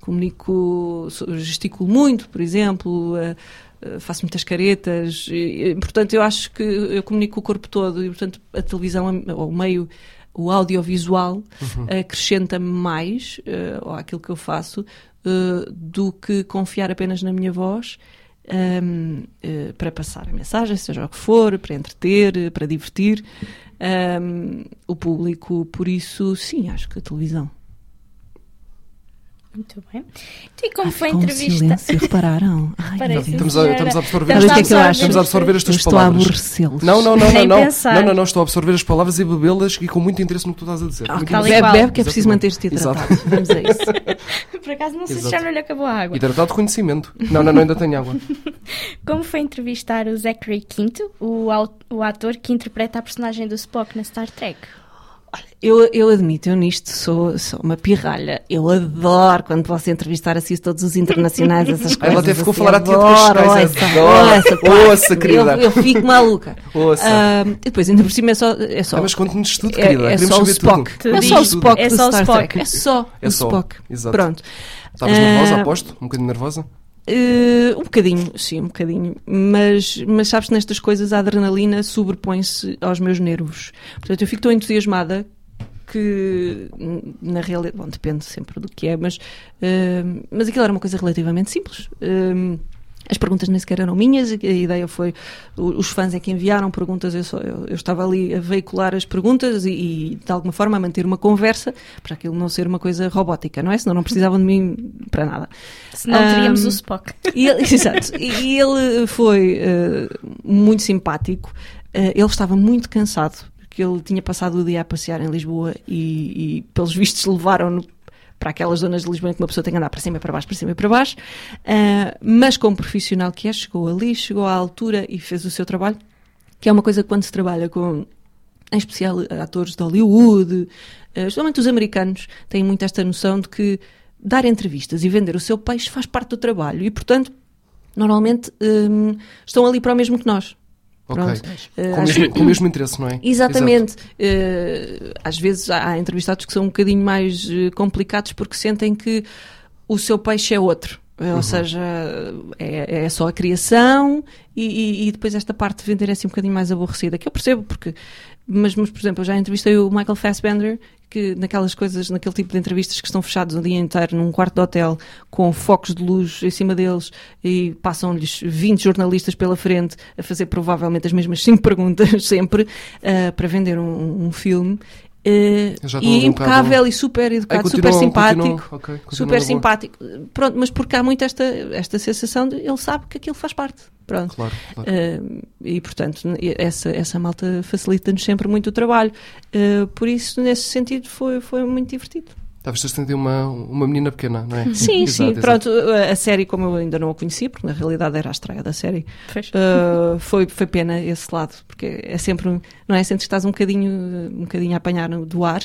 Comunico, sou- gesticulo muito, por exemplo, eh, eh, faço muitas caretas. e, eh, portanto, eu acho que eu comunico o corpo todo e, portanto, a televisão, ou o meio, o audiovisual, acrescenta-me mais eh, ou àquilo que eu faço eh, do que confiar apenas na minha voz ahm, eh, para passar a mensagem, seja o que for, para entreter, eh, para divertir ahm, o público. Por isso, sim, acho que a televisão. Muito bem. Então, e como Ah, foi a ficou um entrevista? silêncio, repararam? Ai, Parece meu Deus. Estamos a, senhora. estamos a absorver Estamos Sabe o que é que eu absorver acho? Estamos a absorver as Eu tuas estou a palavras. aborrecê-los. Não, não, não, não, Nem não. pensar. Não, não, não, estou a absorver as palavras e bebê-las e com muito interesse no que tu estás a dizer. Ok, Muito tal e bebe, qual. bebe, que é preciso Exatamente. manter-te hidratado. Vamos a isso. Por acaso não sei se Exato. já não lhe acabou a água. Hidratado de conhecimento. Não, não, não, ainda tenho água. Como foi entrevistar o Zachary Quinto, o, au- o ator que interpreta a personagem do Spock na Star Trek? Eu, eu admito, eu nisto sou, sou uma pirralha. Eu adoro quando posso entrevistar assim todos os internacionais, essas coisas. Ela até ficou a assim, falar há tempo com estes adoro, gajos, adoro. ouça, ouça, pá. Ouça, querida. Eu, eu fico maluca. Ouça. Ah, e depois, ainda por cima, é só. É só Ah, mas conte-nos tudo, é, querida. é Queremos só o saber tudo. Spock. É só o Diz tudo. Spock. É do só o Star Spock. Trek. É só É o só, Spock. exato. Pronto. Estavas nervosa, Ah, aposto? Um bocadinho nervosa? Eh, um bocadinho, sim, um bocadinho. Mas, mas sabes, que nestas coisas a adrenalina sobrepõe-se aos meus nervos. Portanto, eu fico tão entusiasmada que, n- na realidade, bom, depende sempre do que é, mas, eh, mas aquilo era uma coisa relativamente simples. Eh, as perguntas nem sequer eram minhas, a ideia foi o- os fãs é que enviaram perguntas, eu, só, eu, eu estava ali a veicular as perguntas e, e, de alguma forma a manter uma conversa para aquilo não ser uma coisa robótica, não é? Senão não precisavam de mim para nada. Senão Ahm, teríamos o Spock. e ele, exato. E ele foi eh, muito simpático. Eh, ele estava muito cansado, porque ele tinha passado o dia a passear em Lisboa e, e, pelos vistos, levaram-no para aquelas zonas de Lisboa em que uma pessoa tem que andar para cima e para baixo, para cima e para baixo. Eh, mas, como profissional que é, chegou ali, chegou à altura e fez o seu trabalho, que é uma coisa que quando se trabalha com em especial eh, atores de Hollywood, eh, especialmente os americanos, têm muito esta noção de que dar entrevistas e vender o seu peixe faz parte do trabalho e, portanto, normalmente hum, estão ali para o mesmo que nós. Pronto. Ok. Eh, Com o às- mesmo, com o mesmo interesse, não é? Exatamente. Eh, às vezes há há entrevistados que são um bocadinho mais eh, complicados porque sentem que o seu peixe é outro. Eh, Ou seja, é, é só a criação e, e- e depois esta parte de vender é assim um bocadinho mais aborrecida, que eu percebo porque... Mas, mas, por exemplo, eu já entrevistei o Michael Fassbender, que naquelas coisas, naquele tipo de entrevistas que estão fechados um dia inteiro num quarto de hotel com focos de luz em cima deles e passam-lhes 20 jornalistas pela frente a fazer provavelmente as mesmas cinco perguntas sempre ah, para vender um, um filme. eh, Eu já estou e um bocado- impecável e super Ai, educado, continua, super simpático. continua, ok, continua na boa. super simpático. Pronto, mas porque há muito esta, esta sensação de ele sabe que aquilo faz parte. Pronto. Claro, claro. Uh, e portanto n- essa, essa malta facilita-nos sempre muito o trabalho Uh, por isso nesse sentido foi, foi muito divertido Estavas a sentir uma, uma menina pequena, não é? sim, Exato, sim, exato. pronto uh, a série como eu ainda não a conhecia porque na realidade era a estreia da série Pois. uh, foi, foi pena esse lado porque é sempre, um- não é? Sentes que estás um bocadinho uh, um bocadinho a apanhar no- do ar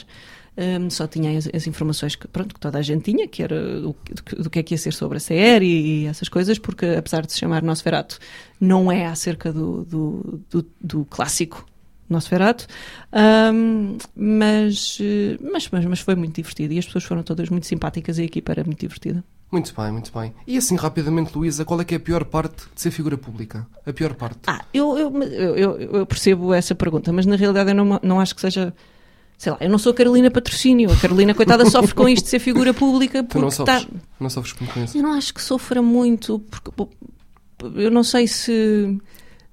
Um, só tinha as, as informações que, pronto, que toda a gente tinha, que era do, do- do que é que ia ser sobre a série e essas coisas, porque apesar de se chamar Nosferatu, não é acerca do, do, do, do clássico Nosferatu, ahm, mas, eh, mas, mas, mas foi muito divertido e as pessoas foram todas muito simpáticas e a equipa era muito divertida. Muito bem, muito bem. E assim, rapidamente, Luísa, qual é que é a pior parte de ser figura pública? A pior parte. Ah, eu, eu, eu, eu percebo essa pergunta, mas na realidade eu não, não acho que seja. Sei lá, eu não sou a Carolina Patrocínio. A Carolina, coitada, sofre com isto de ser figura pública tu não porque tá- sofres. está. Não sofres muito com isso. Eu não acho que sofra muito, porque pô, eu não sei se.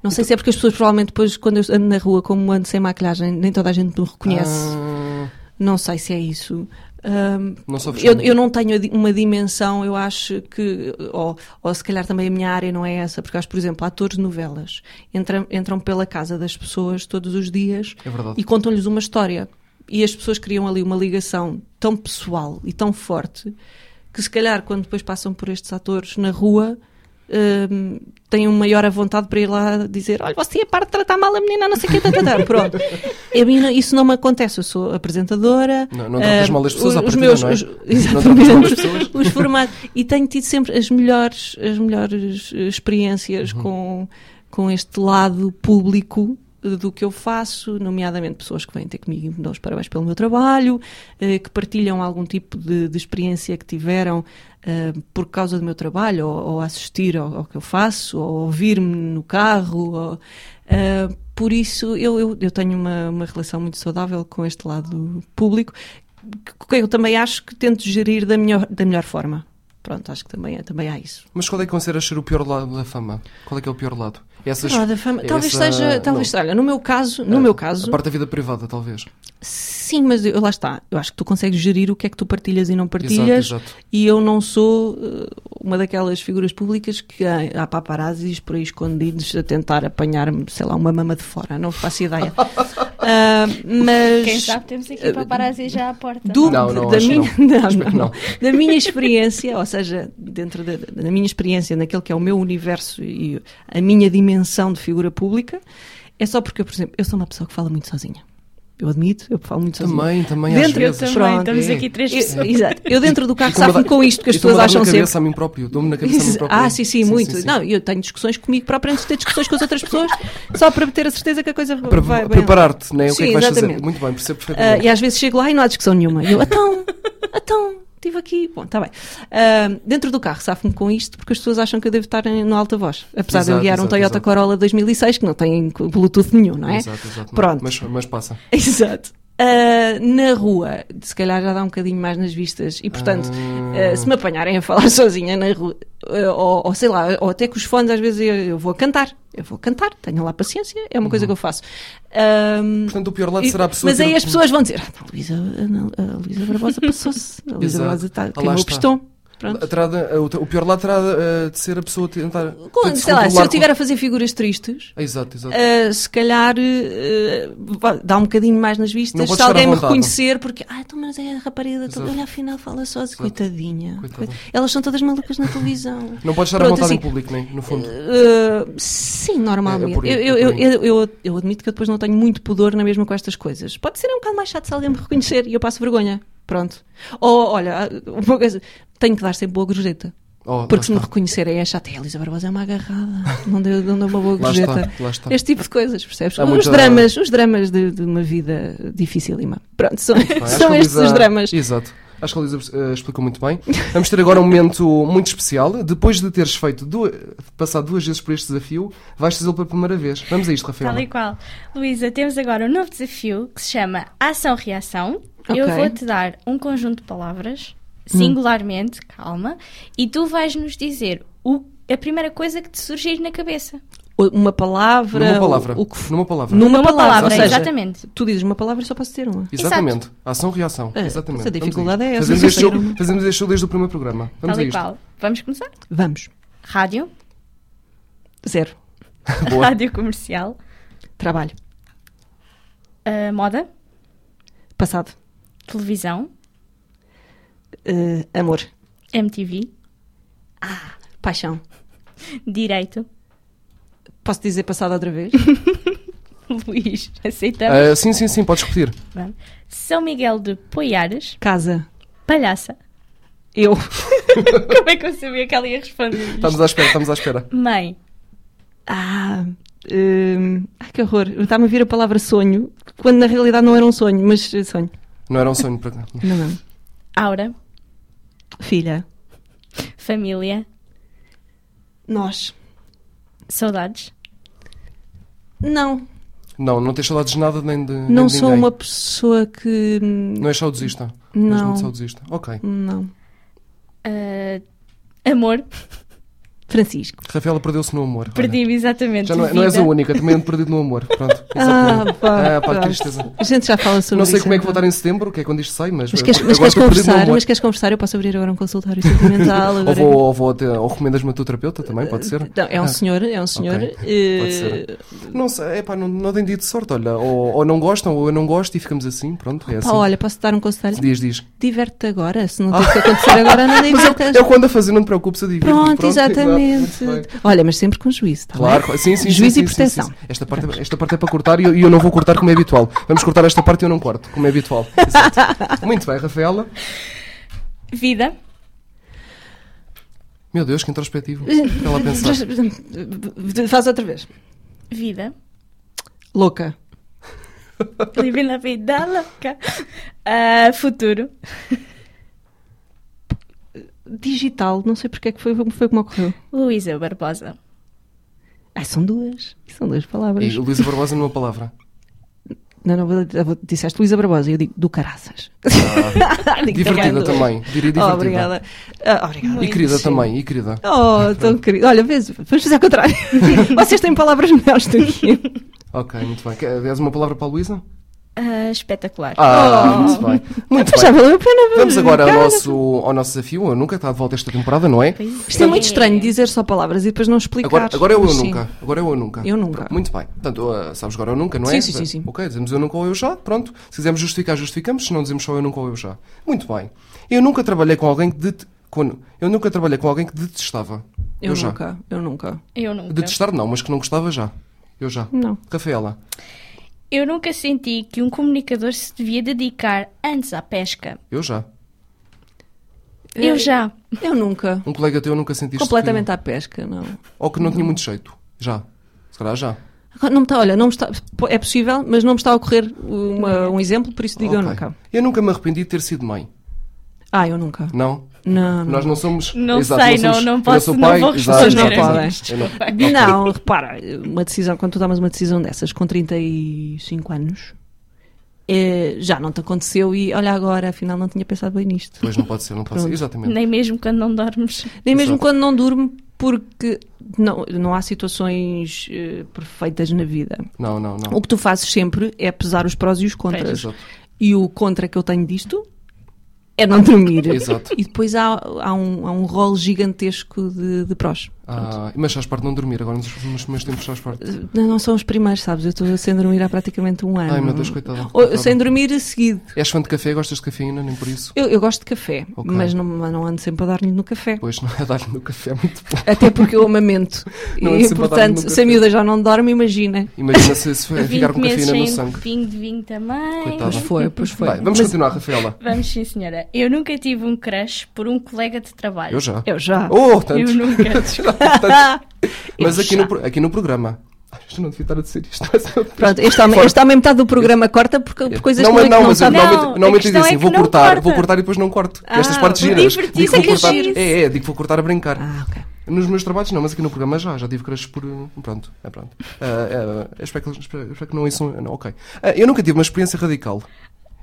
Não sei se é porque as pessoas provavelmente depois, quando eu ando na rua, como ando sem maquilhagem, nem toda a gente me reconhece. Ah, Não sei se é isso. Ahm, não sofres eu, com- eu não tenho a di- uma dimensão, eu acho que, ou, ou se calhar também a minha área não é essa, porque acho, por exemplo, atores de novelas entram, entram pela casa das pessoas todos os dias É verdade. e contam-lhes uma história. E as pessoas criam ali uma ligação tão pessoal e tão forte que, se calhar, quando depois passam por estes atores na rua. hum, têm uma maior a vontade para ir lá dizer: Olha, você é para de tratar mal a menina, não sei o que, tá." pronto. A mim, não- isso não me acontece. Eu sou apresentadora, Não- não tratas ah, mal as pessoas os- à os partida, meus- não é? os- Não tratas mal as pessoas. Exatamente. os formatos. E tenho tido sempre as melhores, as melhores eh, experiências com, com este lado público eh, do que eu faço, nomeadamente pessoas que vêm ter comigo e me dão os parabéns pelo meu trabalho, eh, que partilham algum tipo de, de experiência que tiveram eh, por causa do meu trabalho, ou, ou assistir ao, ao que eu faço, ou ouvir-me no carro. ou, eh, por isso, eu, eu, eu tenho uma, uma relação muito saudável com este lado público, que- que eu também acho que tento gerir da melhor, da melhor forma. Pronto, acho que também, é- também há isso. Mas qual é que consideras ser o pior lado da fama? Qual é que é o pior lado? Essas, Ah, da fama- Talvez essa- seja, não. É, talvez, olha, no meu caso, no meu caso, A parte da vida privada, talvez. sim, mas eu, lá está, eu acho que tu consegues gerir o que é que tu partilhas e não partilhas, Exato, exato. e eu não sou eh, uma daquelas figuras públicas que há, há paparazzis por aí escondidos a tentar apanhar-me, sei lá, uma mama de fora, não faço ideia. Ah, mas Quem sabe temos aqui para parar já à porta. é? do, Não, não, da acho que minha, não. não, Espero que não. não. da minha experiência, ou seja, dentro da, da minha experiência, naquele que é o meu universo e a minha dimensão de figura pública, é só porque, eu, por exemplo, eu sou uma pessoa que fala muito sozinha. Eu admito, eu falo muito sozinha. Também, também às Dentro eu vezes. também, Pronto. Estamos É. aqui três Eu, pessoas. exato. Eu dentro do carro Estou-me a safo dar- com isto que as estou-me pessoas a dar acham na cabeça sempre. a mim próprio. Dou-me na cabeça a mim próprio. Ah, sim, sim, muito. sim. Não, eu tenho discussões comigo própria antes de ter discussões com as outras pessoas, só para ter a certeza que a coisa Para vai bem. preparar-te, né? O que é Sim, que vais fazer? exatamente. Muito bem, percebo Ah, perfeitamente. e às vezes chego lá e não há discussão nenhuma. E eu, então, então, estive aqui. Bom, está bem. Ah, dentro do carro, safo-me com isto porque as pessoas acham que eu devo estar em, no alta voz. Apesar de eu Exato, guiar um exato, Toyota exato. Corolla 2006 que não tem Bluetooth nenhum, não é? Exato, exato. Pronto. Mas, mas passa. Exato. Ah, na rua, se calhar já dá um bocadinho mais nas vistas, e portanto, Ah. ah, se me apanharem a falar sozinha na rua, ah, ou, ou sei lá, ou até com os fones, às vezes eu, eu vou cantar, eu vou cantar, tenham lá paciência, é uma coisa que eu faço. Ah, Uhum. Portanto, o pior lado e- será a pessoa. Mas ter aí o- as pessoas vão dizer: ah, a Luísa, a- a Luísa Barbosa passou-se. A Luísa Exato. Barbosa Ah, lá está, queimou o está. pistão. Pronto. Terá de- o, o pior lado terá eh, de ser a pessoa tentar. Quando, de se sei lá, se controlar eu estiver a fazer figuras tristes, com- Exato, exato. ah, se calhar ah, vá- dá um bocadinho mais nas Não vistas. podes Se alguém estar à me vontade. reconhecer, porque, ah, então, mas é a rapariga da Exato. televisão, olha, afinal fala sozinha. Coitadinha. Coitada. Elas são todas malucas na televisão. Não podes estar à Pronto, vontade em assim, público, nem, no fundo. Uh, sim, normalmente. É, é por aí, eu, eu, é por aí. eu- eu- eu admito que eu depois não tenho muito pudor na mesma com estas coisas. Pode ser um bocado mais chato se alguém me reconhecer e eu passo vergonha. Pronto. Ou, olha, ah, uma coisa, tenho que dar sempre boa gorjeta. Oh, lá Porque se me está. reconhecerem é chato. É, a Elisa Barbosa é uma agarrada. Não deu, não deu uma boa Lá gorjeta. está, lá está. Este tipo de coisas, percebes? Há os, muita- dramas, os dramas de, de uma vida dificílima. Pronto, são, Bem, acho que são a estes Luísa- os dramas. Exato. Acho que a Luísa eh, explicou muito bem. Vamos ter agora um momento muito especial. Depois de teres feito duas, passado duas vezes por este desafio, vais fazê-lo pela primeira vez. Vamos a isto, Rafael. Tal e qual. Luísa, temos agora um novo desafio que se chama Ação-Reação. Ok. Eu vou-te dar um conjunto de palavras, singularmente, calma, e tu vais-nos dizer o- a primeira coisa que te surgir na cabeça. Uma palavra. Numa palavra. O, o que, f- Numa palavra. numa, Numa palavra, palavra, ou seja, exatamente. Tu dizes uma palavra e só posso dizer uma. Exatamente. Ação-reação. É, Exatamente. Vamos essa a dificuldade isto. é essa, Fazemos não este, sei jogo, como. fazemos este jogo desde o primeiro programa. Vamos Tal a e isto. qual. Vamos começar? Vamos. Rádio, Zero. Boa. rádio comercial, Trabalho. ah, moda, Passado. televisão, Eh, amor. MTV, Paixão. direito. Posso dizer passado outra vez? Luís, aceitamos. Ah, sim, sim, sim, podes repetir. Vamos. São Miguel de Poiares, Casa. palhaça. Eu. Como é que eu sabia que ela ia responder? Estamos à espera, estamos à espera. Mãe, Ah. hum, ai que horror, está-me a vir a palavra sonho, quando na realidade não era um sonho, mas eh, sonho. Não era um sonho para cá. Não, não. Aura, Filha, família, nós. saudades. Não, Não, não tens saudades de nada nem de. nem não de sou é ninguém. uma pessoa que. hum, Não é- és saudosista. Não. És muito saudosista. Ok. Não. Ah, amor, Francisco. Rafaela perdeu-se no amor. olha. perdi-me exatamente. Já não, é- não és a vida. única, também ando perdido no amor. Pronto. é só Ah, por aí. pá, Ah, pá, que pá. tristeza. A gente já fala sobre Não sei isso, como é que vou então. estar em setembro, que é quando isto sai, mas. Mas queres, agora mas queres estou perdido no conversar? amor. Mas queres conversar? Eu posso abrir agora um consultório sentimental. Ou Agora... é vou, ou vou até, ou recomendas-me o teu terapeuta também, pode ser? Não, é um Ah, senhor, é um senhor. ok. eh, Pode ser. Não sei, é pá, não, não tem dito sorte, olha. Ou, ou não gostam, ou eu não gosto e ficamos assim, pronto, é assim. Pá, olha, posso dar um conselho? Diz, diz. Diverte-te agora. Se não tem que acontecer agora, não Ah. Mas é divertas. eu, eu quando a fazer, não te preocupes, eu digo. Pronto, exatamente. Olha, mas sempre com juízo, tá Claro, bem? sim, sim, sim, Juízo sim, e sim, proteção. sim, sim. Esta, parte, esta parte é para cortar e eu, e eu não vou cortar como é habitual. Vamos cortar esta parte e eu não corto, como é habitual. Exato. Muito bem, Rafaela. Vida, Meu Deus, que introspectivo. Ela a pensar. Então, Faz outra vez. vida, Louca. living la vida louca. Ah, futuro, Digital, não sei porque é que foi, foi como ocorreu. Luísa Barbosa. Ah, são duas. São duas palavras. E Luísa Barbosa numa palavra. Não, não, vou- vou- disseste Luísa Barbosa e eu digo do caraças. Digo Ah. Divertida cagando. também, diria divertida. Oh, obrigada. Ah, obrigada. E querida também, e querida. Oh, tão querido. Olha, vês, vamos fazer ao contrário. Vocês têm palavras melhores do que eu. Ok, muito bem. Quer- Dás uma palavra para a Luísa? Ah, espetacular. Ah, muito bem. Muito Já bem. valeu a pena. Vamos agora ao Cara, nosso, ao nosso desafio. Eu nunca está de volta esta temporada, não é? Isto é muito estranho, dizer só palavras e depois não explicar. Agora, agora é o eu Mas sim. nunca. Agora é o eu nunca. Eu nunca. Pronto, Muito bem. Portanto, ah, sabes agora eu nunca, não é? Sim, sim, sim, sim. Ok, dizemos eu nunca ou eu já. Pronto. Se quisermos justificar, justificamos. Se não dizemos só eu nunca ou eu já. Muito bem. Eu nunca trabalhei com alguém que det... com- Eu nunca trabalhei com alguém que detestava. Eu, já. nunca, eu nunca. Eu nunca. Detestar não, mas que não gostava já. Eu já. Não. Rafaela. Eu nunca senti que um comunicador se devia dedicar antes à pesca. Eu já. Eu já. Eu nunca. Um colega teu nunca sentiste Completamente à pesca, não. que... Ou que não tinha muito jeito. Já. Se calhar já. Agora, não me está, olha, não me está, é possível, mas não me está a ocorrer uma- um exemplo, por isso digo eu Ok. nunca. Eu nunca me arrependi de ter sido mãe. Ah, eu nunca. Não? Não, não. Nós não somos. Não sei, não- somos- não eu posso- sou não pai, vou exato, responder exato, a esta exato. Eu não- Não, repara, uma decisão, quando tu tomas uma decisão dessas com 35 anos, eh, já não te aconteceu e olha agora, afinal não tinha pensado bem nisto. Pois não pode ser, não pode ser. Pronto. Exatamente. Nem mesmo quando não dormes. Nem mesmo Exato. quando não durmo, porque não, não há situações eh, perfeitas na vida. Não, não, não. O que tu fazes sempre é pesar os prós e os contras. Exato. E o contra que eu tenho disto é não dormir. Exato. E depois há, há um, há um rol gigantesco de, de prós. Ah, mas faz parte de não dormir, agora nos nos meus tempos faz parte. Não, não são os primeiros, sabes? Eu estou sem dormir há praticamente um ano. Ai meu Deus, coitada. Ou- coitada. sem dormir a seguido. És fã de café, gostas de cafeína, nem por isso. Eu, eu gosto de café, Ok. mas não, mas não ando sempre a dar-lhe no café. Pois não é dar-lhe no café, é muito bom. Até porque eu amamento. Não ando e sempre a dar-lhe no portanto, se café. a miúda já não dorme, imagina. Imagina se, se ficar com 20 cafeína no meses sem um sangue. copinho de vinho também. Coitada. Pois foi, pois foi. Bem, vamos Mas continuar, Rafaela. Vamos sim, senhora. Eu nunca tive um crush por um colega de trabalho. Eu já. Eu já. Oh, tantos. Eu nunca. Tantos. Mas Eu aqui já. no, pro- aqui no programa. Ai, Isto não devia estar a dizer isto. mas eu- Pronto, este homem, Fora. este homem metade do programa corta por, por coisas não, que mas não, não, não mas eu sabe. Não, normalmente, a normalmente questão digo assim: é que vou não cortar, corta. vou cortar e depois não corto. Ah, Estas partes vou giras. divertir, Digo, isso vou é que é cortar, giro. é, é, digo, vou cortar a brincar. Ah, ok. Nos meus trabalhos não, mas aqui no programa já, já tive crush por. uh, Pronto, é pronto. Ah, ah, espero, que, espero- espero que não isso. Não, ok. Ah, eu nunca tive uma experiência radical.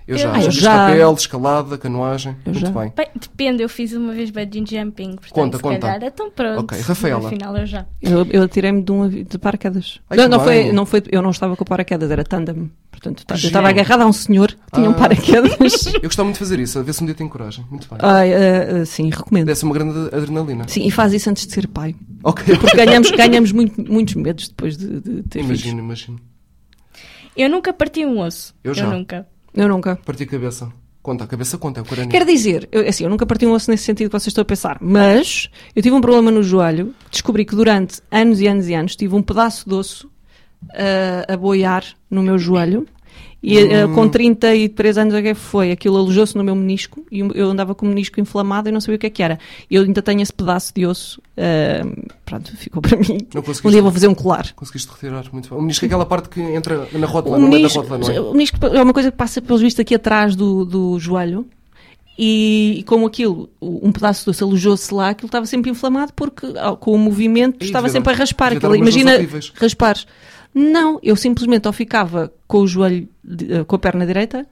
Eu já, Ah, já eu fiz já. papel, escalada, canoagem. Eu muito já. bem. Bem, depende, eu fiz uma vez bungee jumping, portanto, Conta, se conta. calhar, então pronto. Ok, Rafaela. Afinal, eu já. Eu, eu atirei-me de um avi- de paraquedas. Ai, não, que não foi, bem. não foi, eu não estava com paraquedas, era tandem. Portanto, tá- eu giro. estava agarrada a um senhor que tinha um Ah. paraquedas. Eu gostava muito de fazer isso, a ver se um dia tenho coragem. Muito bem. Ai, ah, ah, sim, recomendo. Desce uma grande adrenalina. Sim, e faz isso antes de ser pai. Ok. Porque ganhamos, ganhamos muito- muitos medos depois de, de ter Imagino, filhos. imagino. Eu nunca parti um osso. Eu já. nunca. Eu nunca. Parti a cabeça. Conta, a cabeça conta, é o crânio. Quer dizer, eu, assim, eu nunca parti um osso nesse sentido que vocês estão a pensar, mas eu tive um problema no joelho, descobri que durante anos e anos e anos tive um pedaço de osso ah, a boiar no meu joelho E eh, Hum. com 33 anos, o que é que foi? Aquilo alojou-se no meu menisco e um, eu andava com o menisco inflamado e não sabia o que é que era. E eu ainda tenho esse pedaço de osso. eh, pronto, ficou para mim. Não Um conseguiste. dia vou fazer um colar. Conseguiste retirar, muito bem. O menisco é aquela parte que entra na rótula, O no meio da menisco, rótula, não é? o menisco é uma coisa que passa, pelos vistos, aqui atrás do, do joelho. E, como aquilo, o- um pedaço do osso alojou-se lá, aquilo estava sempre inflamado porque ah, com o movimento Ih, estava devia sempre a dar- raspar. devia dar Aquilo. umas Imagina dores horríveis. raspares. Não, eu simplesmente ou ficava com o joelho, de- eh, com a perna direita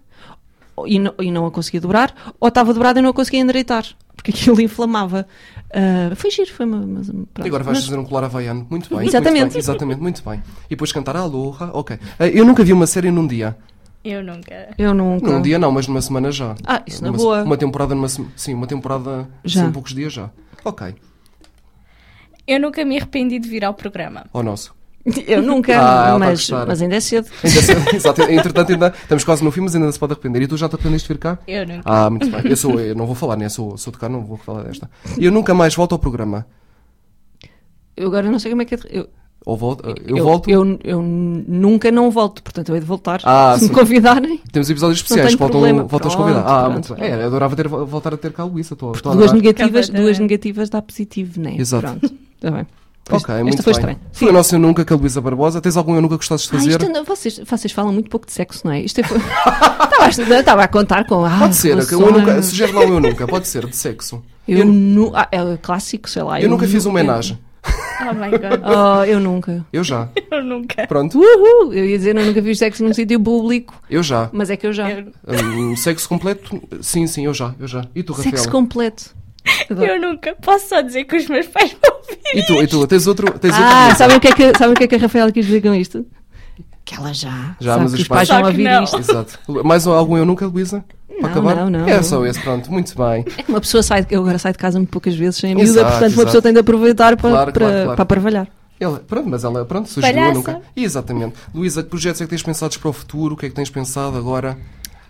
ou- e não, e não a conseguia dobrar, ou estava dobrada e não a conseguia endireitar porque aquilo inflamava. Ah, foi giro, foi uma. uma- uma- E agora vais mas- fazer um colar havaiano. Muito bem. muito Exatamente. bem, exatamente, muito bem. E depois cantar Aloha, ok. Eh, Eu nunca vi uma série num dia. Eu nunca. Eu nunca. Num dia não, mas numa semana já. Ah, isso na Uma- boa. Uma temporada numa semana. Sim, uma temporada Já. sim, poucos dias já. Ok. Eu nunca me arrependi de vir ao programa. Ao nosso. Eu nunca, Ah, ela tá a mas, gostar. mas ainda é cedo. Ainda se- Exato, entretanto, ainda estamos quase no fim, mas ainda se pode arrepender. E tu já te arrependeste de vir cá? Eu nunca. Ah, muito bem. Eu, sou, eu não vou falar, né? Sou, sou de cá, não vou falar desta. E eu nunca mais volto ao programa. Eu agora não sei como é que é. de- Eu, Ou volto, eh, eu, volto. Eu, eu nunca não volto, portanto eu hei de voltar. Ah, se sim. me convidarem. Temos episódios especiais, tenho voltam, problema. voltam os Pronto, convidados. Ah, pronto. muito bem. É, eu adorava ter, voltar a ter cá a Luísa. Estou estou a Duas adorar. negativas, Completamente. duas negativas dá positivo, não é? Exato. Pronto, está bem. Ok, esta muito foi bem. estranha. Foi o nosso Eu Nunca, que é a Luísa Barbosa. Tens algum Eu Nunca que gostasses de Ah, fazer? isto não- vocês, vocês falam muito pouco de sexo, não é? Isto é foi- estava, a estudar, estava a contar com. Ah, Pode ser, relações. um eu nunca, sugere lá um Eu Nunca, pode ser, de sexo. Eu, Eu- nu- ah, é o clássico, sei lá. Eu nunca fiz uma homenagem. Ah. Oh my god. Oh, eu nunca. Eu já. Eu nunca. Pronto, Uhul! Eu ia dizer, eu nunca fiz sexo num sítio público, eu já. mas é que eu já. Eu, Hum, sexo completo? Sim, sim, eu já, eu já. E tu, Rafael? Sexo completo. eu nunca. Posso só dizer que os meus pais vão ouvir. E tu, e tu, tens outro. Tens Ah, outro... sabem o que é que, sabem o que, é que a Rafaela quis dizer com isto? Que ela já. Já, sabe mas que os os pais pais- vão Só que ouvir não. isto. Exato. Mais algum Eu Nunca, Luísa? Para Não, acabar? não, não, É não. só esse, pronto, muito bem. Uma pessoa sai, eu agora saio de casa muito poucas vezes sem a miúda, Exato, portanto uma exato. pessoa tem de aproveitar para, Claro, para, claro, claro. para parvalhar. Ela, pronto, mas ela, pronto, sugeriu Eu Palhaça. Nunca. Exatamente. Luísa, que projetos é que tens pensados para o futuro? O que é que tens pensado agora?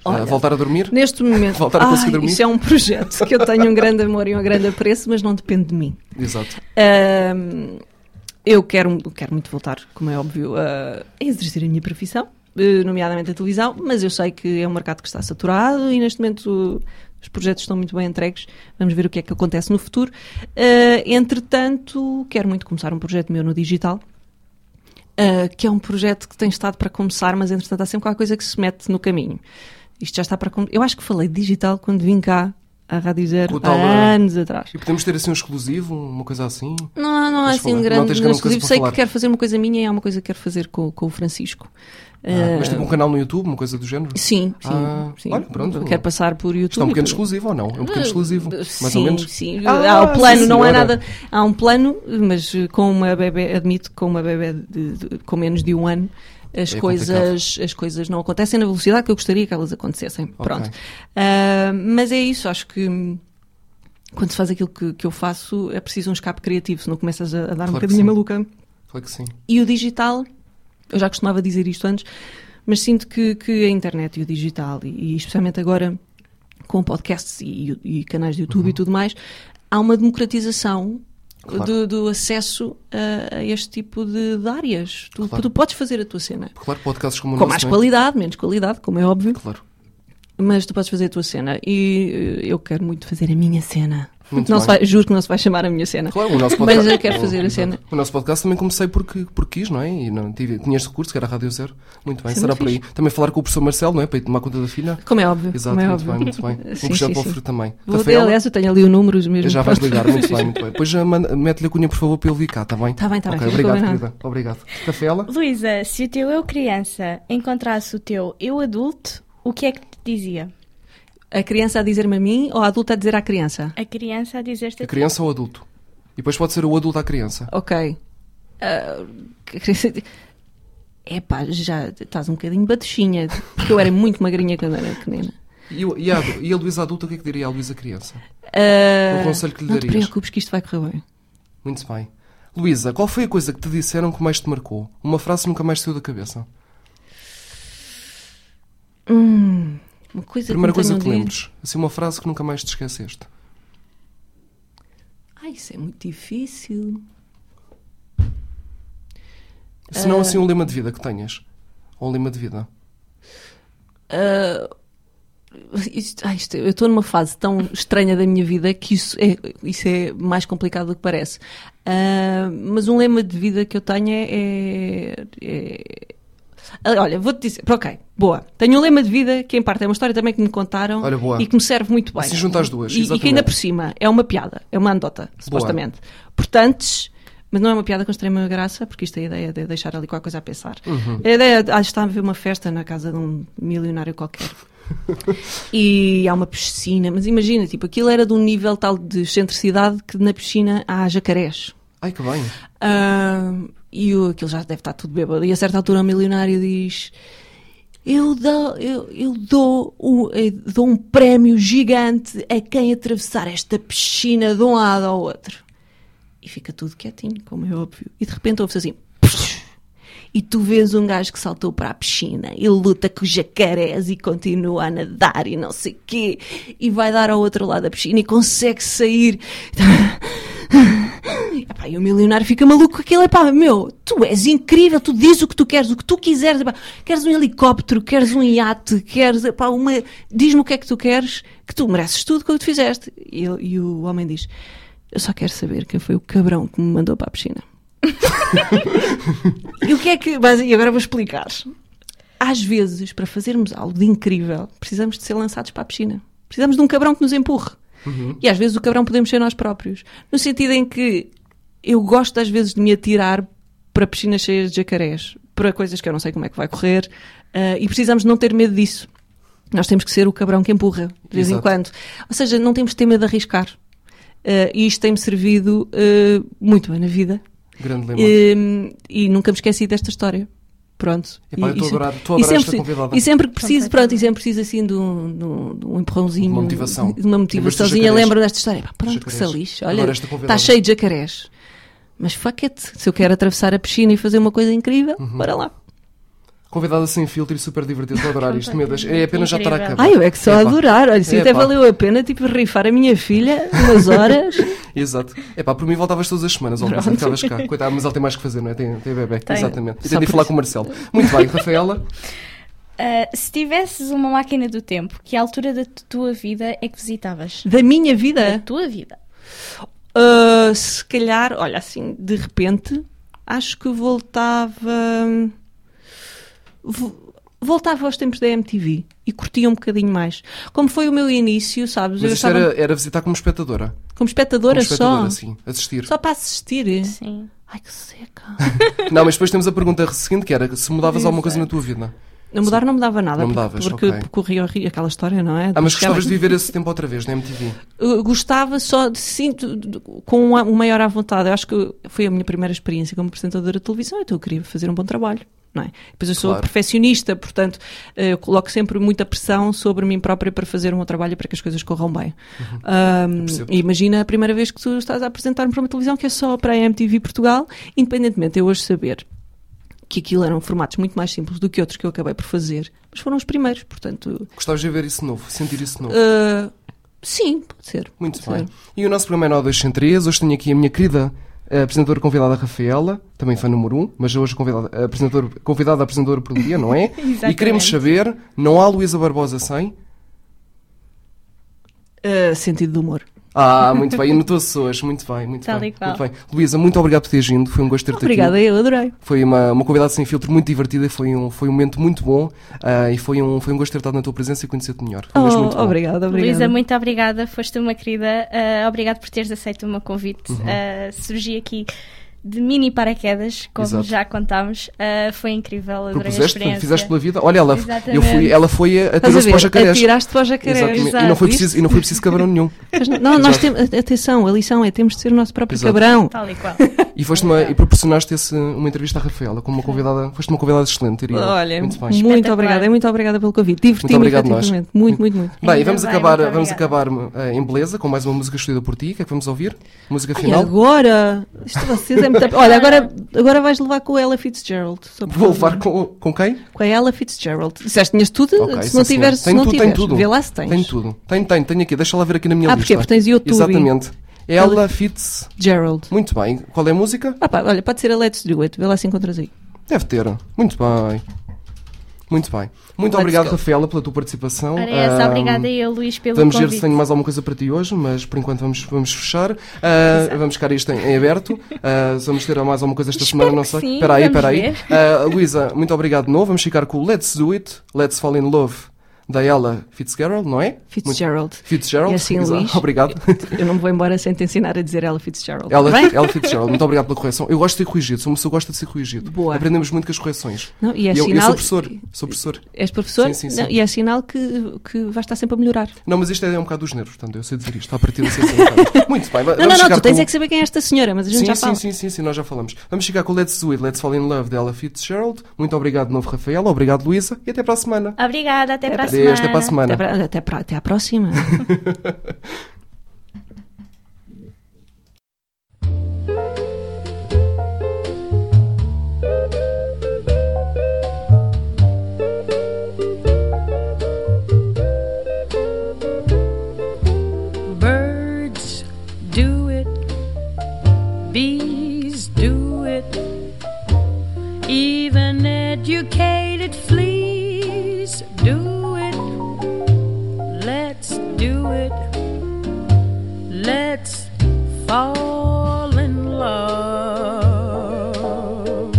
Ah, Olha, voltar a dormir? Neste momento, Voltar a conseguir ai, dormir? isso é um projeto que eu tenho um grande amor e um grande apreço, mas não depende de mim. Exato. Ahm, eu quero, quero muito voltar, como é óbvio, a exercer a minha profissão, eh, nomeadamente a televisão, mas eu sei que é um mercado que está saturado e neste momento eh, os projetos estão muito bem entregues. Vamos ver o que é que acontece no futuro. Eh, entretanto, quero muito começar um projeto meu no digital. eh, que é um projeto que tem estado para começar, mas entretanto há sempre qualquer coisa que se mete no caminho. Isto já está para. com- Eu acho que falei de digital quando vim cá à Rádio Zero Com o há tal, eh, anos atrás. E podemos ter assim um exclusivo, uma coisa assim? Não, não há Mas assim fala- não grande. tens não grande coisa exclusivo. para Sei falar. que quero fazer uma coisa minha e há uma coisa que quero fazer com, com o Francisco. Ah, mas Ah, tipo um canal no YouTube, uma coisa do género? Sim, sim. Ah, sim. olha, pronto. Eu Quero passar por YouTube. Isto é um pequeno e tudo. exclusivo ou não? É um pequeno exclusivo. Ah, Mais sim, ou menos. Sim, Ah, há o plano, sim, não há senhora. nada. Há um plano, mas eh, com uma bebê, admito que com uma bebê de- de- com menos de um ano, as, É coisas, as coisas não acontecem na velocidade que eu gostaria que elas acontecessem. Pronto. Ah, mas é isso, acho que. hum, Quando se faz aquilo que, que eu faço, é preciso um escape criativo, senão começas a, a dar um que bocadinho sim. maluca. Claro que sim. E o digital, eu já costumava dizer isto antes, mas sinto que, que a internet e o digital, e, e especialmente agora com podcasts e, e canais de YouTube e tudo mais, há uma democratização Uhum. Claro. do, do acesso a, a este tipo de, de áreas. Tu, Claro. tu podes fazer a tua cena. Porque, claro, podcasts como o Com nosso, mais não é? qualidade, menos qualidade, como é óbvio, Claro. mas tu podes fazer a tua cena. E eh, eu quero muito fazer a minha cena. Muito Não se bem. vai- juro que não se vai chamar a minha cena. Claro, o nosso podcast. Mas eu quero fazer a Exato. cena. O nosso podcast também comecei porque, porque quis, não é? E não, tive, tinha este recurso, que era a Rádio Zero. Muito bem, Isso é será muito por aí. Também falar com o professor Marcelo, não é? Para ir tomar conta da filha. Como é óbvio. Exato, como é muito óbvio. bem, muito bem. Um Sim, projeto sim, para o sim. futuro também. Vou ter, Rafaela, aliás, eu tenho ali o números mesmo. já vais Pronto. ligar, muito bem, muito bem. Depois já manda- mete-lhe a cunha, por favor, para ele vir cá, está bem? Tá bem, tá bem, Ok, ficou obrigado, bem, querida. Obrigado. Rafaela? Luísa, se o teu eu criança encontrasse o teu eu adulto, o que é que te dizia? A criança a dizer-me a mim ou a adulta a dizer à criança? A criança a dizer-te A criança ou o adulto? E depois pode ser o adulto à criança. Ok. Ah, que a criança. Epá, já estás um bocadinho baduchinha, porque eu era muito magrinha quando era pequena. E, o- e a, e a Luísa adulta, o que é que diria à Luísa criança? Ah, Um conselho que lhe não te darias? preocupes que isto vai correr bem. Muito bem. Luísa, qual foi a coisa que te disseram que mais te marcou? Uma frase que nunca mais saiu da cabeça. Hum, uma coisa Primeira que me coisa tenham que te dito- lembres. Assim, uma frase que nunca mais te esqueceste. Ai, isso é muito difícil. Se não, assim, um lema de vida que tenhas. Ou um lema de vida. Ah, isto- ai, isto- eu estou numa fase tão estranha da minha vida que isso é, isso é mais complicado do que parece. Ah, mas um lema de vida que eu tenho é. é- é- Ah, Olha, vou-te dizer. Ok, boa. Tenho um lema de vida que, em parte, é uma história também que me contaram Olha, boa. e que me serve muito bem. Assim junta as duas, E, e exatamente. que ainda por cima é uma piada, é uma anedota, supostamente. Portanto. Mas não é uma piada com extrema graça, porque isto é a ideia de deixar ali qualquer coisa a pensar. A ideia de, ah, está a ver uma festa na casa de um milionário qualquer e há uma piscina, mas imagina, tipo, aquilo era de um nível tal de excentricidade que na piscina há jacarés. Ai, que bem. Ah, e o, aquilo já deve estar tudo bêbado. E a certa altura o milionário diz: Eu dou, eu, eu dou, o- eu dou um prémio gigante a quem atravessar esta piscina de um lado ao outro. E fica tudo quietinho, como é óbvio. E de repente ouve-se assim. E tu vês um gajo que saltou para a piscina e luta com os jacarés e continua a nadar e não sei quê. E vai dar ao outro lado da piscina e consegue sair. Epá, e o milionário fica maluco com aquilo. Epá, meu, tu és incrível, tu dizes o que tu queres, o que tu quiseres. Epá, queres um helicóptero, queres um iate, queres epá, uma... Diz-me o que é que tu queres, que tu mereces tudo que tu fizeste. E, ele- e o homem diz, eu só quero saber quem foi o cabrão que me mandou para a piscina. E o que é que. Mas, e agora vou explicar. Às vezes, para fazermos algo de incrível, precisamos de ser lançados para a piscina. Precisamos de um cabrão que nos empurre. E às vezes o cabrão podemos ser nós próprios. No sentido em que eu gosto às vezes de me atirar para piscinas cheias de jacarés, para coisas que eu não sei como é que vai correr, ah, e precisamos não ter medo disso. Nós temos que ser o cabrão que empurra, de vez em Exato. quando. Ou seja, não temos de ter medo de arriscar. Ah, e isto tem-me servido ah, muito bem na vida. Grande lema. Hum, e nunca me esqueci desta história. Pronto. Epá, eu estou a E- e se- adorar- estou a e adorar sempre- esta convidada. E sempre que preciso, pronto, e sempre preciso assim de um, de um- de um empurrãozinho. De uma motivação. De uma Lembras-te motivaçãozinha. dos jacarés? Lembro desta história. Epá, pronto, que Jacarés. saliche. Adoro Olha, esta convidada. está cheio de jacarés. Mas fuck it. Se eu quero atravessar a piscina e fazer uma coisa incrível, Uhum. bora lá. Convidada sem filtro e super divertida. Estou a adorar isto. Meu Deus, é apenas já estar a Incrível. acabar. Ai, eu é que só Epá. adorar. Olha, se até Epá. valeu a pena, tipo, rifar a minha filha umas horas. Exato. É pá, por mim voltavas todas as semanas, ou ficavas cá. Coitado, mas ele tem mais que fazer, não é? Tem, tem bebê. Tem. Exatamente. E Só tem de ir por falar isso. com o Marcelo. Muito bem, Rafaela. Ah, se tivesses uma máquina do tempo, que altura da tu- tua vida é que visitavas? da minha vida. É. Da tua vida. Uh, se calhar, olha, assim, de repente, acho que voltava. vo- Voltava aos tempos da MTV e curtia um bocadinho mais. Como foi o meu início, sabes? Mas eu isto estava era, era visitar como espectadora. como espectadora, Como espectadora, só. sim. Assistir. Só para assistir. Sim. Ai que seca. Não, mas depois temos a pergunta seguinte, que era se mudavas alguma coisa na tua vida. Não mudar não mudava nada. Não porque- mudavas, porque ok. corria o rio, aquela história, não é? Ah, mas De chegar- gostavas de viver esse tempo outra vez na MTV. Eu gostava só de sinto de- com uma- o maior à vontade. Eu acho que foi a minha primeira experiência como apresentadora de televisão, então eu queria fazer um bom trabalho. Não é? Depois eu sou Claro. perfeccionista, portanto eh, eu coloco sempre muita pressão sobre mim própria para fazer um bom trabalho e para que as coisas corram bem. Ahm, Uhum. percebo. e imagina a primeira vez que tu estás a apresentar um programa de televisão que é só para a MTV Portugal, independentemente de eu hoje saber que aquilo eram formatos muito mais simples do que outros que eu acabei por fazer, mas foram os primeiros, portanto. Gostavas de viver isso novo, sentir isso novo. eh, sim, pode ser. Muito pode bem. ser. E o nosso programa é 923. Hoje tenho aqui a minha querida eh, apresentadora convidada Rafaela, também fã número 1, mas hoje convidada eh, apresentadora, convidada apresentadora por um dia, não é? e queremos saber, não há Luísa Barbosa sem? Eh, sentido do humor. Ah, muito bem, e notou-se hoje, muito bem, muito Tal bem. e qual. Muito bem. Luísa, muito obrigado por teres vindo, foi um gosto ter-te aqui. Obrigada, eu adorei. Foi uma, uma convidada sem filtro muito divertida, foi um, foi um momento muito bom ah, e foi um, foi um gosto ter estado na tua presença e conhecer-te melhor. Foi é mesmo muito Oh, bom. obrigada, obrigada. Luísa, muito obrigada, foste uma querida. Ah, obrigado por teres aceito o meu convite. Uhum. Ah, surgi aqui de mini paraquedas, como Exato. já contámos. Ah, foi incrível, adorei a Propuseste, experiência. fizeste pela vida. Olha, ela, eu Exatamente. fui, ela foi a, a Estás a tirar-se para os ver? jacarés. Atiraste para o jacaré. Exatamente. E, não foi preciso, e não foi preciso cabrão nenhum. Mas não- Não, nós Exato. temos. Atenção, a lição é temos de ser o nosso próprio Exato. cabrão. Tal e qual. E, foste uma, e proporcionaste esse, uma entrevista à Rafaela como uma convidada. Foste uma convidada excelente, diria. eu. Olha, muito muito, bem. Espetacular. obrigada, muito obrigada pelo convite. Muito Diverti-me obrigado, nós. efetivamente. Muito, muito, muito. Bem, e Ainda vamos bem, acabar, muito vamos acabar obrigada. eh, em beleza com mais uma música escolhida por ti. O que é que vamos ouvir? Música Ai, final. agora! Isto vocês é muito. Olha, agora, agora vais levar com a Ella Fitzgerald. só por Vou favor. levar com, com quem? com a Ella Fitzgerald. Disseste, tinhas tudo? Ok, se não sim, tiveres, senhor. se não tudo, tiveres, tem tudo. vê lá se tens. Tem tudo. Tem, tem, tenho aqui. Deixa lá ver aqui na minha Ah, lista. porque é, porque tens YouTube. Exatamente. Ela Fitz. Gerald. Muito bem. Qual é a música? Ah, pá, olha, pode ser a Let's Do It. Vê lá se encontras aí. Deve ter. Muito bem. Muito bem. Muito Let's obrigado, go. Rafaela, pela tua participação. Ora, essa, Ahm, obrigada eu, Luís, pelo ah, Vamos ver convite. se tenho mais alguma coisa para ti hoje, mas por enquanto vamos, vamos fechar. Ah, é. vamos ficar isto em, em aberto. Ah, se vamos ter mais alguma coisa esta Espero semana, não que sei. sim, Espera aí, vamos espera aí. ver. Ah, Luísa, muito obrigado de novo. Vamos ficar com o Let's Do It, Let's Fall in Love, da Ella Fitzgerald, não é? Fitzgerald. Muito- Fitzgerald, E assim, exato. Luís, obrigado. Eu não me vou embora sem te ensinar a dizer ela Fitzgerald. Ella, bem? Ella Fitzgerald, muito obrigado pela correção. Eu gosto de ser corrigido, sou uma pessoa que gosta de ser corrigido. Boa. Aprendemos muito com as correções. Não, e é eu, eu sinal- sou professor, sou professor. És professor? Sim, sim, sim. Não, e é sinal que, que vais estar sempre a melhorar. Não, mas isto é um bocado dos nervos, portanto, eu sei dizer isto, a partir de ser assim, então. Muito bem, va- Não, vamos não, não, chegar tu tens com- é que saber quem é esta senhora, mas a gente Sim, já sim, fala. sim, sim, sim, nós já falamos. Vamos chegar com o Let's Do It, Let's Fall in Love de Ella Fitzgerald. Muito obrigado de novo, Rafaela. Obrigado, Luísa. E até para a semana. Obrigada, até, para a Adeus, semana. até para a Até, semana. pra- até, pra- até à próxima. Birds do it, bees do it, even educated fleas do it. Let's do it, let's fall in love.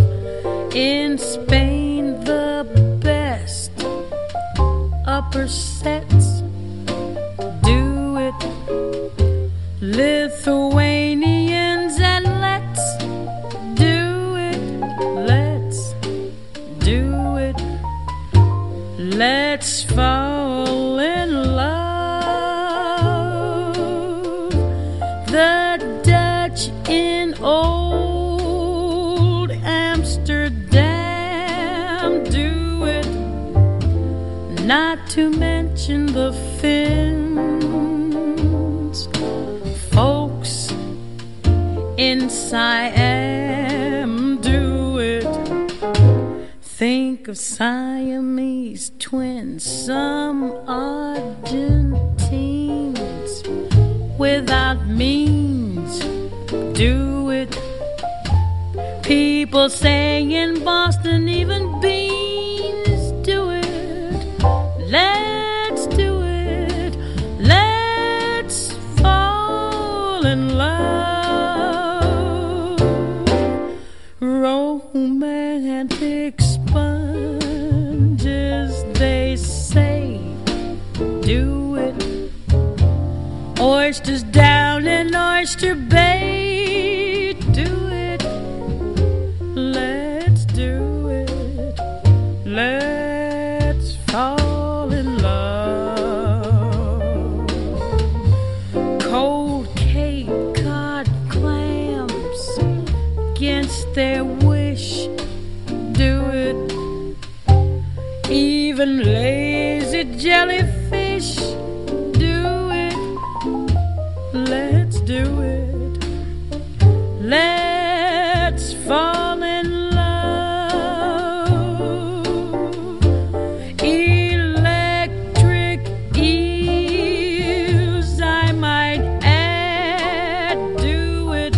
In Spain, the best upper sets do it. Lithuanians and let's do it. Let's do it. Let's fall in love. The Dutch in old Amsterdam do it. Not to mention the Finns folks in Siam do it. Think of Siamese twins, some Argentines without means do it. People saying in Boston, even beans do it. Let's do it. Let's fall in love. Romantic sponges, they say, do it oysters down in Oyster Bay. Do it. Let's do it. Let's fall in love. Cold Cape Cod clams against their wish. Do it. Even lazy jellyfish do it. Let's do it. Let's fall in love. Electric eels, I might add, do it.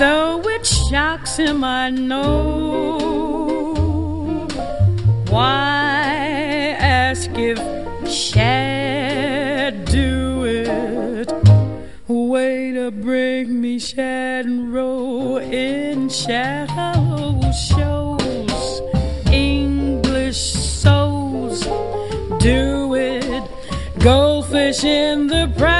Though it shocks him, I know. Why ask if Shad do it? Way to bring me Shad and roll in shallow shows. English souls do it. Goldfish in the prize.